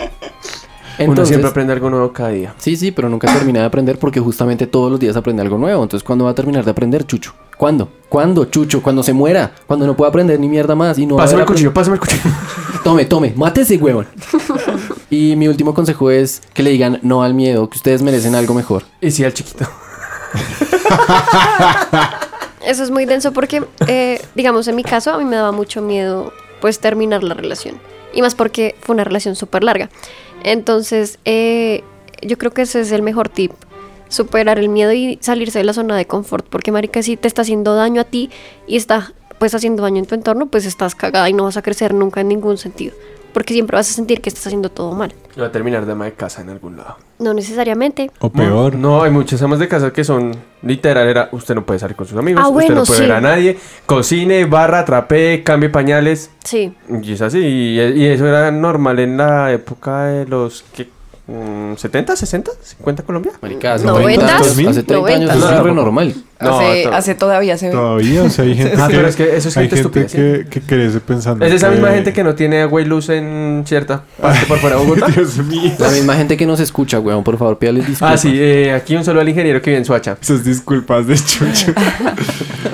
Uno
Entonces,
siempre aprende algo nuevo cada día.
sí, sí, pero nunca termina de aprender porque justamente todos los días aprende algo nuevo. Entonces, ¿cuándo va a terminar de aprender, Chucho? ¿Cuándo? ¿Cuándo, Chucho? Cuando se muera, cuando no pueda aprender ni mierda más y no va a
Pásame el
haber
cuchillo, pásame el cuchillo.
Tome, tome, mátese, huevón. y mi último consejo es que le digan no al miedo, que ustedes merecen algo mejor.
Y sí, al chiquito.
Eso es muy denso porque, eh, digamos, en mi caso a mí me daba mucho miedo pues terminar la relación. Y más porque fue una relación súper larga. Entonces, eh, yo creo que ese es el mejor tip. Superar el miedo y salirse de la zona de confort. Porque, marica, si te está haciendo daño a ti y está pues haciendo daño en tu entorno, pues estás cagada y no vas a crecer nunca en ningún sentido. Porque siempre vas a sentir que estás haciendo todo mal.
Y va a terminar de ama de casa en algún lado.
No necesariamente.
O peor.
No, hay muchas amas de casa que son literal, era usted no puede salir con sus amigos,
Ah,
usted
bueno,
no puede
sí.
ver a nadie, cocine, barra, trapee, cambie pañales.
Sí.
Y es así, y, y eso era normal en la época de los que... mm, ¿70, 60, 50 Colombia?
Marica, hace
90,
30 años,
2000.
hace 30 años
No,
eso era re
tampoco.
normal.
No,
hace,
to-
hace todavía se ve.
Todavía, o sea, hay gente
Ah,
que,
pero es que eso es
hay
gente
gente
estúpida,
que, que crece pensando.
Es esa misma gente que no tiene agua y luz en cierta parte por fuera de Bogotá.
Dios mío.
La misma gente que nos escucha, weón, por favor, pídales disculpas.
ah, sí, eh, aquí un solo al ingeniero que vive en Suacha.
Esas disculpas de Chucho.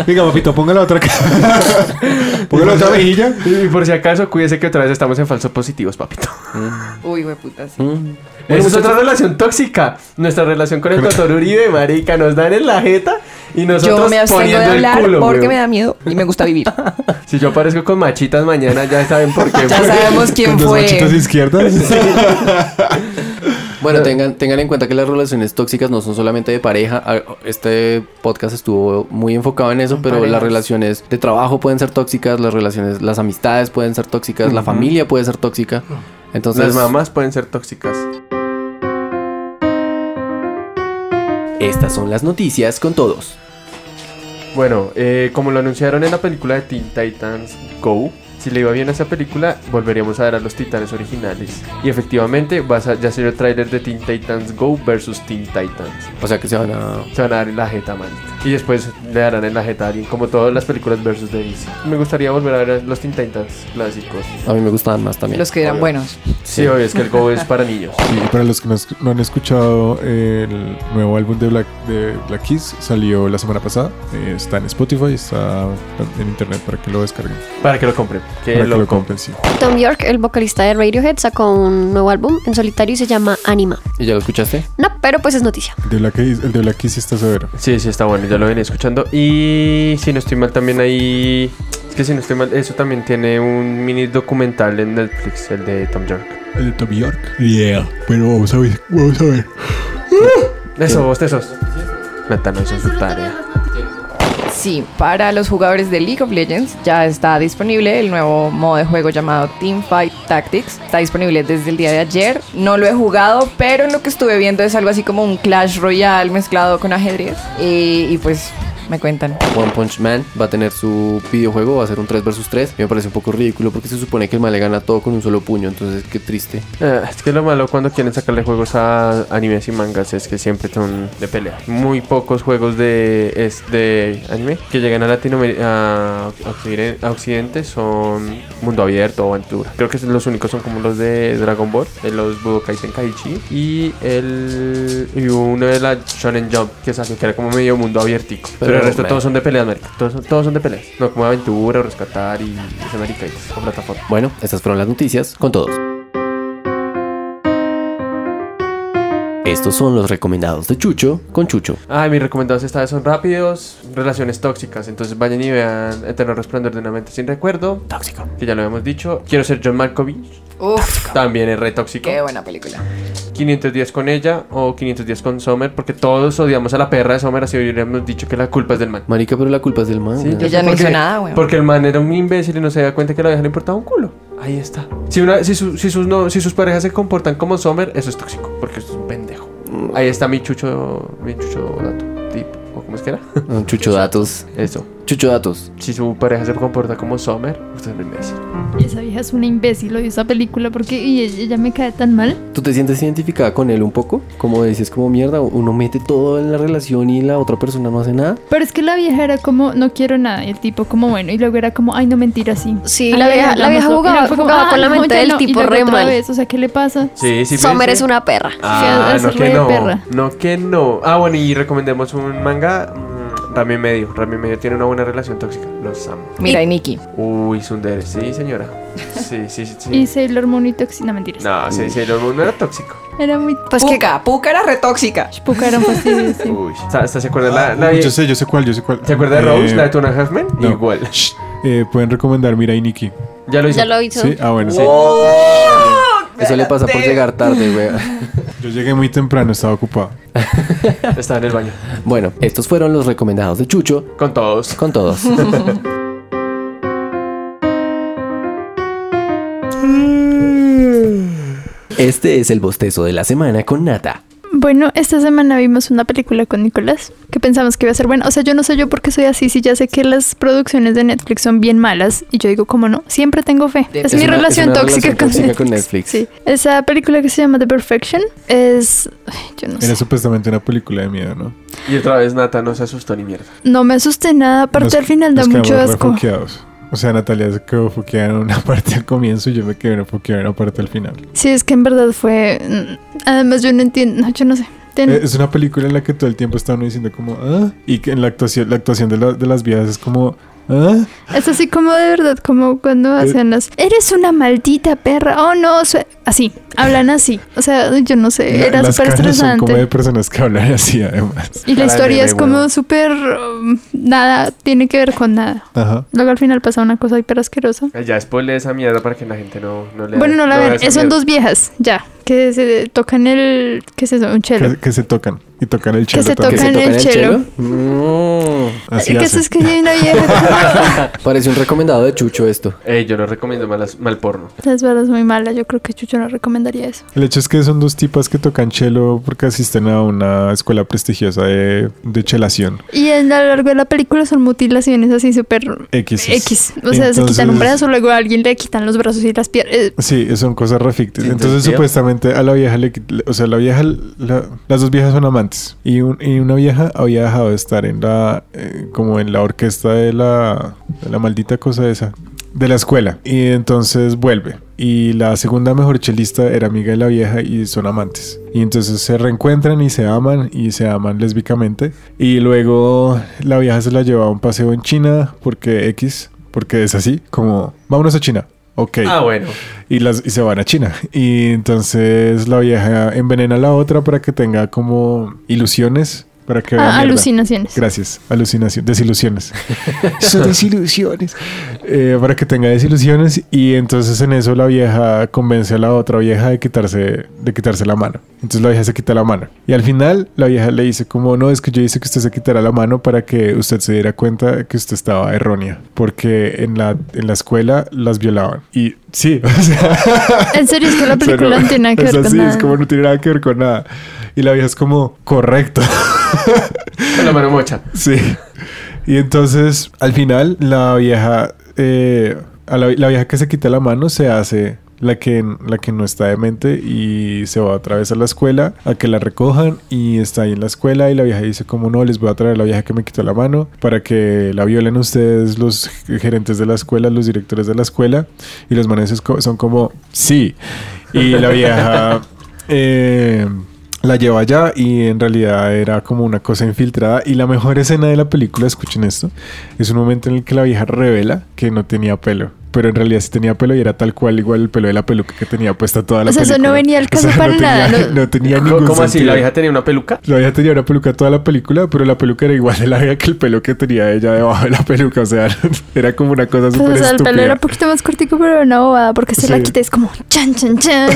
Venga, papito, póngale otra cara. Póngale otra mejilla.
Y por si acaso, cuídese que otra vez estamos en falsos positivos, papito.
Uy, güey, puta, sí.
Mm.
Esa es
muchachos-
pues otra relación tóxica. Nuestra relación con el doctor Uribe, marica, nos dan en la jeta y nosotros
Yo me abstengo de
poniendo
hablar
el culo,
porque
weón.
me da miedo y me gusta vivir.
Si yo aparezco con machitas mañana, ya saben por qué.
ya sabemos quién
Con dos
fue.
machitas izquierdas.
Bueno, tengan, tengan en cuenta que las relaciones tóxicas no son solamente de pareja. Ah, Este podcast estuvo muy enfocado en eso, pero las
parejas.
relaciones de trabajo pueden ser tóxicas, las relaciones, las amistades pueden ser tóxicas, la familia puede ser tóxica. Entonces,
Las mamás pueden ser tóxicas.
estas son las noticias con todos.
Bueno, eh, como lo anunciaron en la película de Teen Titans Go, si le iba bien a esa película, volveríamos a ver a los titanes originales. Y efectivamente, vas a, ya salió el tráiler de Teen Titans Go versus Teen Titans.
O sea que se van a.
Se van a dar en la jeta, man. Y después le darán en la jeta a alguien, como todas las películas versus de DC. Me gustaría volver a ver a los Teen Titans clásicos.
A mí me gustaban más también.
Los que eran buenos.
Ah, Sí, obvio, es que el Go es para niños.
Sí, y para los que no, es- no han escuchado el nuevo álbum de Black, de Black Keys, salió la semana pasada. Eh, está en Spotify, está en internet para que lo descarguen.
Para que lo compren. Que
para que
lo
lo compren, sí.
Tom York, el vocalista de Radiohead, sacó un nuevo álbum en solitario y se llama Anima.
¿Y ya lo escuchaste?
No, pero pues es noticia.
El de Black Keys, el de Black Keys sí está severo.
Sí, sí, está bueno, ya lo venía escuchando. Y si no estoy mal, también ahí. Es que si no estoy mal, eso también tiene un mini documental en Netflix, el de Tom York.
El de Tom York. Yeah. Bueno, vamos a ver. Vamos a ver.
Eso, bostezos. Natano, eso es su tarea.
Sí, para los jugadores de League of Legends ya está disponible el nuevo modo de juego llamado Team Fight Tactics. Está disponible desde el día de ayer. No lo he jugado, pero en lo que estuve viendo es algo así como un Clash Royale mezclado con ajedrez. Eh, y pues me cuentan.
One Punch Man va a tener su videojuego, va a ser un 3 vs 3. Y me parece un poco ridículo porque se supone que el mal le gana todo con un solo puño, entonces qué triste.
Ah, es que lo malo cuando quieren sacarle juegos a animes y mangas es que siempre son de pelea. Muy pocos juegos de, es de anime que llegan a Latinoamérica, a Occiden- a Occidente son mundo abierto o aventura. Creo que los únicos son como los de Dragon Ball, de los Budokai Tenkaichi y el y uno de la Shonen Jump que salió que era como medio mundo abiertico. Pero,
Pero,
el resto
man.
todos son de peleas, marica. Todos, son- todos son de peleas. No como aventura o rescatar y ese marica o plataforma.
Bueno, estas fueron las noticias con todos. Estos son los recomendados de Chucho con Chucho.
Ay, mis recomendados esta vez son rápidos, relaciones tóxicas. Entonces vayan y vean Eterno Resplandor de una mente sin recuerdo,
Tóxico.
que ya lo habíamos dicho. Quiero ser John Malkovich,
Uf,
también es re tóxico.
qué buena película.
510 con ella o 510 con Sommer, porque todos odiamos a la perra de Sommer, así hubiéramos dicho que la culpa es del man.
Marica, pero la culpa es del man.
Sí,
weón.
yo
Ella
sé
no
por
hizo
qué.
nada, weón.
Porque el man era un imbécil y no se da cuenta que la vieja le importaba un culo. Ahí está. Si, una, si, su- si sus, no, si sus parejas se comportan como Sommer, eso es tóxico, porque esto es un pendejo. Ahí está mi chucho, mi chucho dato, tip, o cómo es que era.
Ah, Chucho datos.
Eso.
Chucho datos.
Si su pareja se comporta como Summer, usted es un imbécil.
Esa vieja es una imbécil, odio esa película porque y ella, ella me cae tan mal.
¿Tú te sientes identificada con él un poco? Como dices, como mierda, uno mete todo en la relación y la otra persona no hace nada.
Pero es que la vieja era como, no quiero nada, y el tipo como bueno, y luego era como, ay, no mentira, sí.
Sí,
Ay,
la vieja- la
hablamos
vieja
todo. Y
jugaba-
luego fue como,
jugaba con
"Ah,
la
no,
mente
ya
del
no", y
tipo
luego
re
otra
mal.
vez, o sea, ¿qué le pasa?
Sí, sí.
Sommer es una perra.
Sí,
Ah,
es
no
re
que no.
perra.
No que no. Ah, bueno, y recomendemos un manga. mm, Rami Medio. Rami Medio tiene una buena relación tóxica. Los amo.
Mira, y Nikki.
Uy, Sundere. Sí, señora. Sí, sí, sí.
Y
sí.
Sailor Moon y Toxi, no mentiras.
No, sí, sí, no, no era tóxico.
Era muy
Pues que
Puka, Puka era retóxica.
puca, era un fastidio, sí.
Uy. ¿Sa- sa- Ah, ¿Se acuerda la, la-
Ah, yo sé, yo sé cuál, yo sé cuál.
¿Se acuerda de Rose,
Eh,
la de Tuna Huffman?
no.
Igual.
Shh. Eh, Pueden recomendar Mira y Nikki.
Ya lo hizo.
ya lo hizo.
Sí, ah, bueno, sí.
Oh.
Eso le pasa por llegar tarde, weón.
Yo llegué muy temprano, estaba ocupado.
Estaba en el baño.
Bueno, estos fueron los recomendados de Chucho
Con todos.
con todos. Este es el bostezo de la semana con Nata.
Bueno, esta semana vimos una película con Nicolás que pensamos que iba a ser buena. O sea, yo no sé yo por qué soy así, si ya sé que las producciones de Netflix son bien malas y yo digo, ¿cómo no? Siempre tengo fe.
De-
es,
Es
mi
una-
relación
es una
tóxica,
relación
con,
tóxica
Netflix.
con Netflix.
Sí. Esa película que se llama The Perfection es... ay, Yo no
Era
sé.
supuestamente una película de miedo, ¿no?
Y otra vez Nata no se asustó ni mierda.
No me asusté nada, aparte
Nos-
al final da
nos quedamos
mucho
re
asco.
foqueados. O sea, Natalia se quedó foqueada en una parte al comienzo y yo me quedé foqueada en una parte al final.
Sí, es que en verdad fue... mm, Además yo no entiendo, no, yo no sé. Ten-
Eh, Es una película en la que todo el tiempo está uno diciendo como, ah, y que en la actuación, la actuación de, la- de las viejas es como, ¿Ah?
Es así como de verdad, como cuando
Eh.
hacen las... Eres una maldita perra. Oh, no. su-". Así. Hablan así. O sea, yo no sé.
La-
Eh, Era
las
súper
caras son como de
estresante.
personas que hablan así, además.
Y la
Cara de
historia
bebé,
es como
huevón.
súper... um, nada. Tiene que ver con nada.
Ajá.
Luego al final pasa una cosa hiper asquerosa.
Eh, Ya spoilé esa mierda para que la gente no, no le
Bueno, no la
vea
vean.
esa
Eh, Son
mierda.
dos viejas, ya. Que se tocan el... ¿Qué es eso? Un chelo. Eh,
Que, que se tocan. Y tocan el
Que
chelo
se
también.
tocan el chelo.
Mm,
Así
que
hace.
es que hay una vieja.
parece un recomendado de Chucho esto.
Eh, yo no recomiendo malas- mal porno.
Las verdad muy mala. Yo creo que Chucho no recomendaría eso.
El hecho es que son dos tipas que tocan chelo porque asisten a una escuela prestigiosa de, de chelación.
Y a lo largo de la película son mutilaciones así súper
X.
X. O sea, se quitan un brazo, luego a alguien le quitan los brazos y las piernas. Eh,
Sí, son cosas refictas.
Sin
Entonces,
sentido.
supuestamente a la vieja le. quit- le- O sea, la vieja. la- las dos viejas son amantes. Y, un- y una vieja había dejado de estar en la. eh, como en la orquesta de la. de la maldita cosa esa. De la escuela. Y entonces vuelve. Y la segunda mejor chelista era amiga de la vieja y son amantes. Y entonces se reencuentran y se aman y se aman lésbicamente. Y luego la vieja se la lleva a un paseo en China porque X. Porque es así, como vámonos a China. Ok
Ah, bueno.
y, las, y se van a China. Y entonces la vieja envenena a la otra para que tenga como ilusiones, para que vea
ah,
mierda.
alucinaciones.
Gracias, alucinación, desilusiones. Son desilusiones. Eh, para que tenga desilusiones y entonces en eso la vieja convence a la otra vieja de quitarse, de quitarse la mano. Entonces la vieja se quita la mano y al final la vieja le dice como no es que yo hice que usted se quitara la mano para que usted se diera cuenta que usted estaba errónea porque en la, en la escuela las violaban y sí, o sea,
En serio, es que la película
pero
no tiene nada que
es
ver con
así,
nada.
Es como no tiene nada que ver con nada. Y la vieja es como, correcto.
Con la mano mocha.
sí. Y entonces, al final, la vieja, eh, a la, la vieja que se quita la mano se hace la que, la que no está demente y se va otra vez a la escuela a que la recojan y está ahí en la escuela y la vieja dice como no, les voy a traer a la vieja que me quitó la mano para que la violen ustedes los gerentes de la escuela, los directores de la escuela y los manes es co- son como sí y la vieja eh, la lleva allá y en realidad era como una cosa infiltrada. Y la mejor escena de la película, escuchen esto, es un momento en el que la vieja revela que no tenía pelo. Pero en realidad sí tenía pelo y era tal cual igual el pelo de la peluca que tenía puesta toda la
O sea, eso
película.
no venía al caso
no
para
tenía-
nada,
No,
no-
tenía
¿Cómo,
ningún
cómo así?
sentido.
¿La vieja tenía una peluca?
La vieja tenía una peluca toda la película, pero la peluca era igual de larga que el pelo que tenía ella debajo de la peluca. O sea, era como una cosa
Pues,
súper
o sea, el
estúpida.
pelo era un poquito más cortico, pero era una bobada, porque se la
Sí.
quita y es como chan, chan, chan.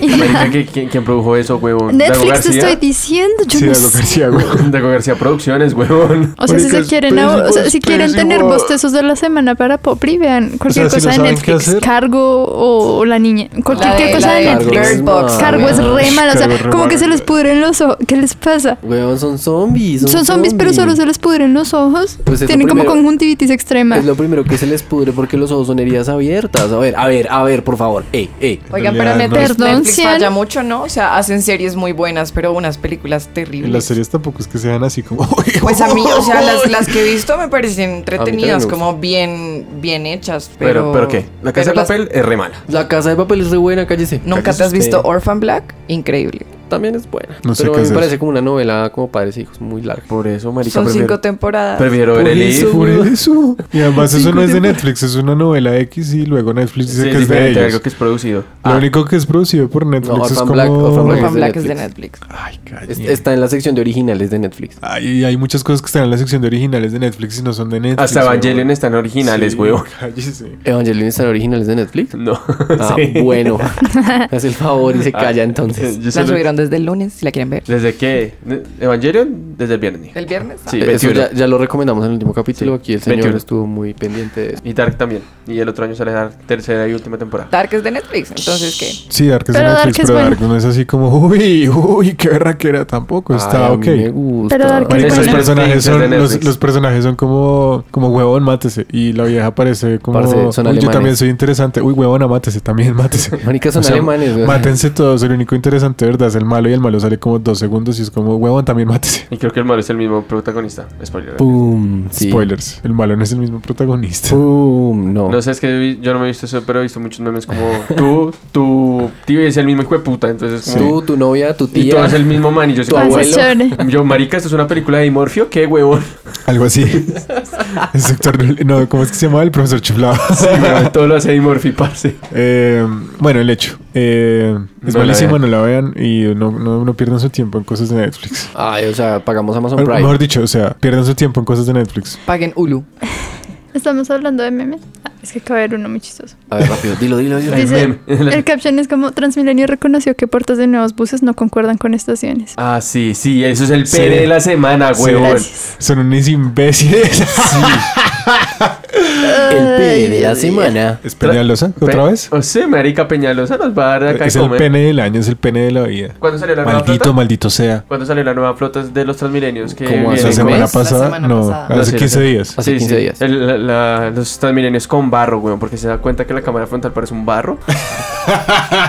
Y
Marica,
ya.
¿qui- ¿quién, quién produjo eso, huevón? Dago
Netflix te
García.
estoy diciendo, yo
Sí,
no
era lo que
sé.
hacía, güey.
Dago García Producciones, huevón.
O sea, si
Marica,
se
es
quieren, a- o sea,
pésimo,
si
es
quieren tener
pésimo.
bostezos de la semana para Popri, vean cualquier
O sea, si
cosa
no
de
saben qué
Netflix,
hacer.
cargo o, o la niña, cualquier
La de-
cosa
la
de,
de
Netflix.
Bird Box.
Cargo es re malo, o sea,
Cargo es re
como
malo.
que se les pudren los ojos. ¿Qué les pasa?
Weón, son zombies.
Son zombies, pero solo se les pudren los ojos.
Pues es lo
Tienen como
primero.
conjuntivitis extrema.
Es lo primero que se les pudre porque los ojos son heridas abiertas. A ver, a ver, a ver, por favor. Ey, ey.
Oigan,
Ya,
pero
no.
Netflix,
Perdón,
Netflix
Cian.
falla mucho, ¿no? O sea, hacen series muy buenas, pero unas películas
Y
terribles.
las series tampoco es que sean así como...
Pues a mí, o sea, las, las que he visto me parecen entretenidas,
gusta.
como bien, bien hechas. Pero,
Pero, ¿pero qué? La
pero
casa de
las-
papel es re mala.
La casa de papel es re buena, cállese.
¿Nunca
Cállese
te has visto
usted.
Orphan Black? Increíble.
También es buena.
No sé
pero
qué
a mí
hacer.
me parece como una novela como padres e hijos muy larga.
Por eso, marica,
Son
prefiero-
cinco temporadas.
Prefiero ver
Por
el
eso,
If.
güey.
eso. Y además eso
Cinco
no es de
temporadas.
Netflix, es una novela X y luego Netflix
Sí,
dice
es
que es de
diferente,
ellos.
algo que es producido. Ah,
Lo único que es producido por Netflix
Ah. No,
es
Orphan
como...
Black- Orphan Black Este
Orphan
de
Black es de
Netflix.
Netflix.
Ay, calle.
Es- está en la sección de originales de Netflix.
Ay, hay muchas cosas que están en la sección de originales de Netflix y no son de Netflix.
Hasta
weón.
Evangelion están originales,
Sí,
huevón.
cállese.
Evangelion está en originales de Netflix.
No.
Ah,
sí.
bueno. Haz el favor y se calla entonces.
Yo
La
solo-
subieron desde el lunes, si la quieren ver.
¿Desde qué? ¿Evangelion? Desde el viernes.
¿El viernes?
Sí,
Eh, Eso
21.
ya, ya lo recomendamos en el último capítulo.
Sí.
Aquí el señor
21.
estuvo muy pendiente de eso.
Y Dark también. Y el otro año sale Dark, tercera y última temporada.
Ah, Dark es de Netflix, entonces ¿qué?
Sí, Dark es de
Pero Dark
Netflix,
es
pero
bueno.
Dark no es así como... Uy, uy, qué berraquera. Tampoco está
Ay, a
Ah, ok.
mí me gusta.
Pero Dark es
Marica, los
bueno.
personajes
Es de
son, los,
Netflix.
los personajes son como, como huevón, mátese. Y la vieja parece como.
Parce, son
"Uy, yo
alemanes".
también soy interesante. Uy, huevona, mátese, también mátese.
Marica, son
O sea,
alemanes, güey.
Mátense todos. El único interesante, de ¿verdad? Es el malo y el malo sale como dos segundos y es como, huevón, también mátese.
Y creo que el malo es el mismo protagonista. Spoiler.
Pum. sí.
Spoilers. El malo no es el mismo protagonista.
Pum. No.
No sé, es que vi- yo no me he visto eso, pero he visto muchos memes como tú, tu tío es el mismo hijo de puta. Entonces, es como.
Tú, tu novia, tu
Y tú
tía.
eres el mismo man. Y yo soy
Tu
como,
Ah,
abuelo.
esa es chévere.
Yo, marica, esto es una película de Dimorfio, qué huevón.
Algo así. El sector- no, ¿cómo es que se llama? El profesor chiflado.
todo lo hace Eddie Murphy, parce.
Eh, bueno, el hecho. Eh, es
No la
malísimo,
vean.
no la vean y no, no, no pierdan su tiempo en cosas de Netflix.
Ay, o sea, pagamos Amazon
Bueno,
Prime.
Mejor dicho, o sea, pierdan su tiempo en cosas de Netflix.
Paguen Hulu.
¿Estamos hablando de memes? Ah, es que acaba de ver uno muy chistoso.
A ver, rápido, dilo, dilo, dilo.
Dice, el caption es como Transmilenio reconoció que puertas de nuevos buses no concuerdan con estaciones.
Ah, sí, sí, eso es el
Sí.
pere de la semana,
Sí.
huevón.
Gracias.
Son unos imbéciles.
El pene de la semana.
¿Es Peñalosa? ¿Otra
Pe-
vez?
O sea, marica Peñalosa nos va a dar acá
Es
de
el
comer.
pene del año, es el pene de la vida.
¿Cuándo salió la nueva
Maldito,
flota?
maldito sea.
¿Cuándo salió la nueva flota de los Transmilenios? Que
¿Cómo hace
La
el
semana
mes?
pasada,
La semana
no,
pasada.
hace
No, sí,
15 días.
Hace 15 días.
El- la- la- los Transmilenios con barro, weón, porque se da cuenta que la cámara frontal parece un barro.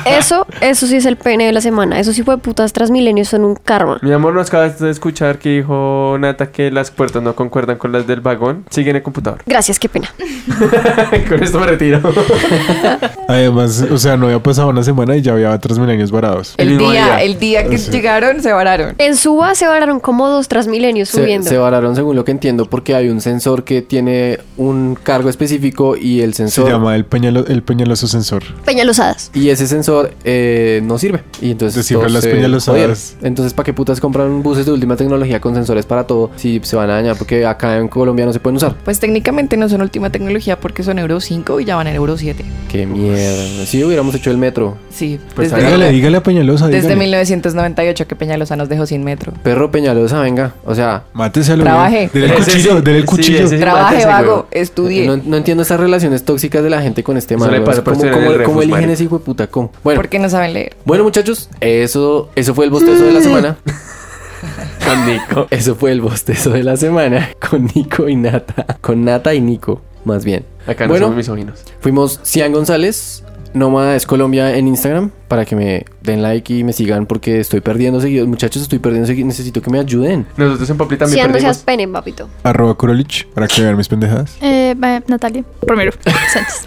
Eso, eso sí es el pene de la semana. Eso sí fue putas transmilenios son un karma.
Mi amor, nos acabas de escuchar que dijo Nata que las puertas no concuerdan con las del vagón. Sigue en el computador.
Gracias, qué pena.
con esto me retiro.
Además, o sea, no había pasado una semana y ya había tres milenios varados.
El
El,
mismo
día,
día.
el día que llegaron, se vararon.
En Suba se vararon como dos transmilenios
Se,
subiendo.
se vararon según lo que entiendo porque hay un sensor que tiene un cargo específico y el
Se
sensor...
llama el, peñalo- el peñaloso sensor.
Peñalosadas.
Y ese sensor eh, no sirve. Y entonces...
Descifra
todos
las
se
peñas losadas.
jodieron. Entonces, ¿para qué putas compran buses de última tecnología con sensores para todo si se van a dañar? Porque acá en Colombia no se pueden usar.
Pues técnicamente no son última tecnología porque son Euro 5 y ya van en Euro 7.
¡Qué mierda! Si hubiéramos hecho el metro.
Sí,
Pues
desde,
Dígale, dígale a Peñalosa.
desde
dígale.
1998 que Peñalosa nos dejó sin metro.
Perro Peñalosa, venga. O sea...
Mátese a lo
Trabaje.
Dele el
Ese
cuchillo,
sí,
dele el
sí,
cuchillo.
ese sí,
Trabaje,
mátese,
vago,
huevón.
estudie.
eh, No, no entiendo esas relaciones tóxicas de la gente con este
Eso
man.
le
weón.
pasa por
¿Cómo,
ser el
cómo-
refus,
cómo eligen
marica.
ese hijo de puta? ¿Cómo? Bueno,
Porque no saben leer.
bueno, muchachos, eso, eso fue el bostezo de la semana.
Con Nico.
Eso fue el bostezo de la semana con Nico y Nata. Con Nata y Nico, más bien.
Acá no
Bueno.
somos misóginos.
Fuimos Cian González, Nómada es Colombia en Instagram, para que me den like y me sigan porque estoy perdiendo seguidores. Muchachos, estoy perdiendo seguidores. Necesito que me ayuden.
Nosotros en Papli
Si
también
no seas
perdimos.
pene, papito.
Arroba Kurolich para que vean mis pendejadas.
Eh, va, Natalia Romero Sánchez.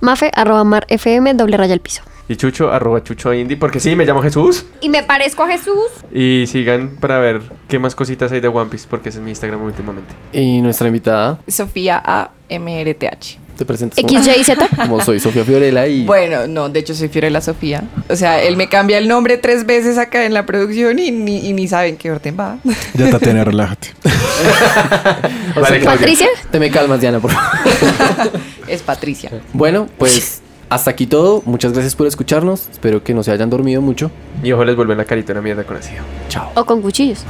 Mafe, arroba mar fm, doble raya al piso.
Y Chucho, arroba Chucho Indy, porque sí, me llamo Jesús.
Y me parezco a Jesús.
Y sigan para ver qué más cositas hay de One Piece, porque ese es mi Instagram últimamente.
Y nuestra invitada,
Sofía A. MRTH.
te presentas como,
XYZ.
como soy Sofía Fiorella y...
Bueno, no, de hecho soy fiel a la Sofía. O sea, él me cambia el nombre tres veces acá en la producción y ni, y ni saben qué orden va.
Ya, Tatiana, relájate.
O sea,
Vale,
te-
Claudia.
Patricia.
Te me calmas, Diana, por favor.
Es Patricia.
Bueno, pues hasta aquí todo. Muchas gracias por escucharnos. Espero que no se hayan dormido mucho.
Y ojo, les vuelven la carita una mierda con ácido.
O con cuchillos.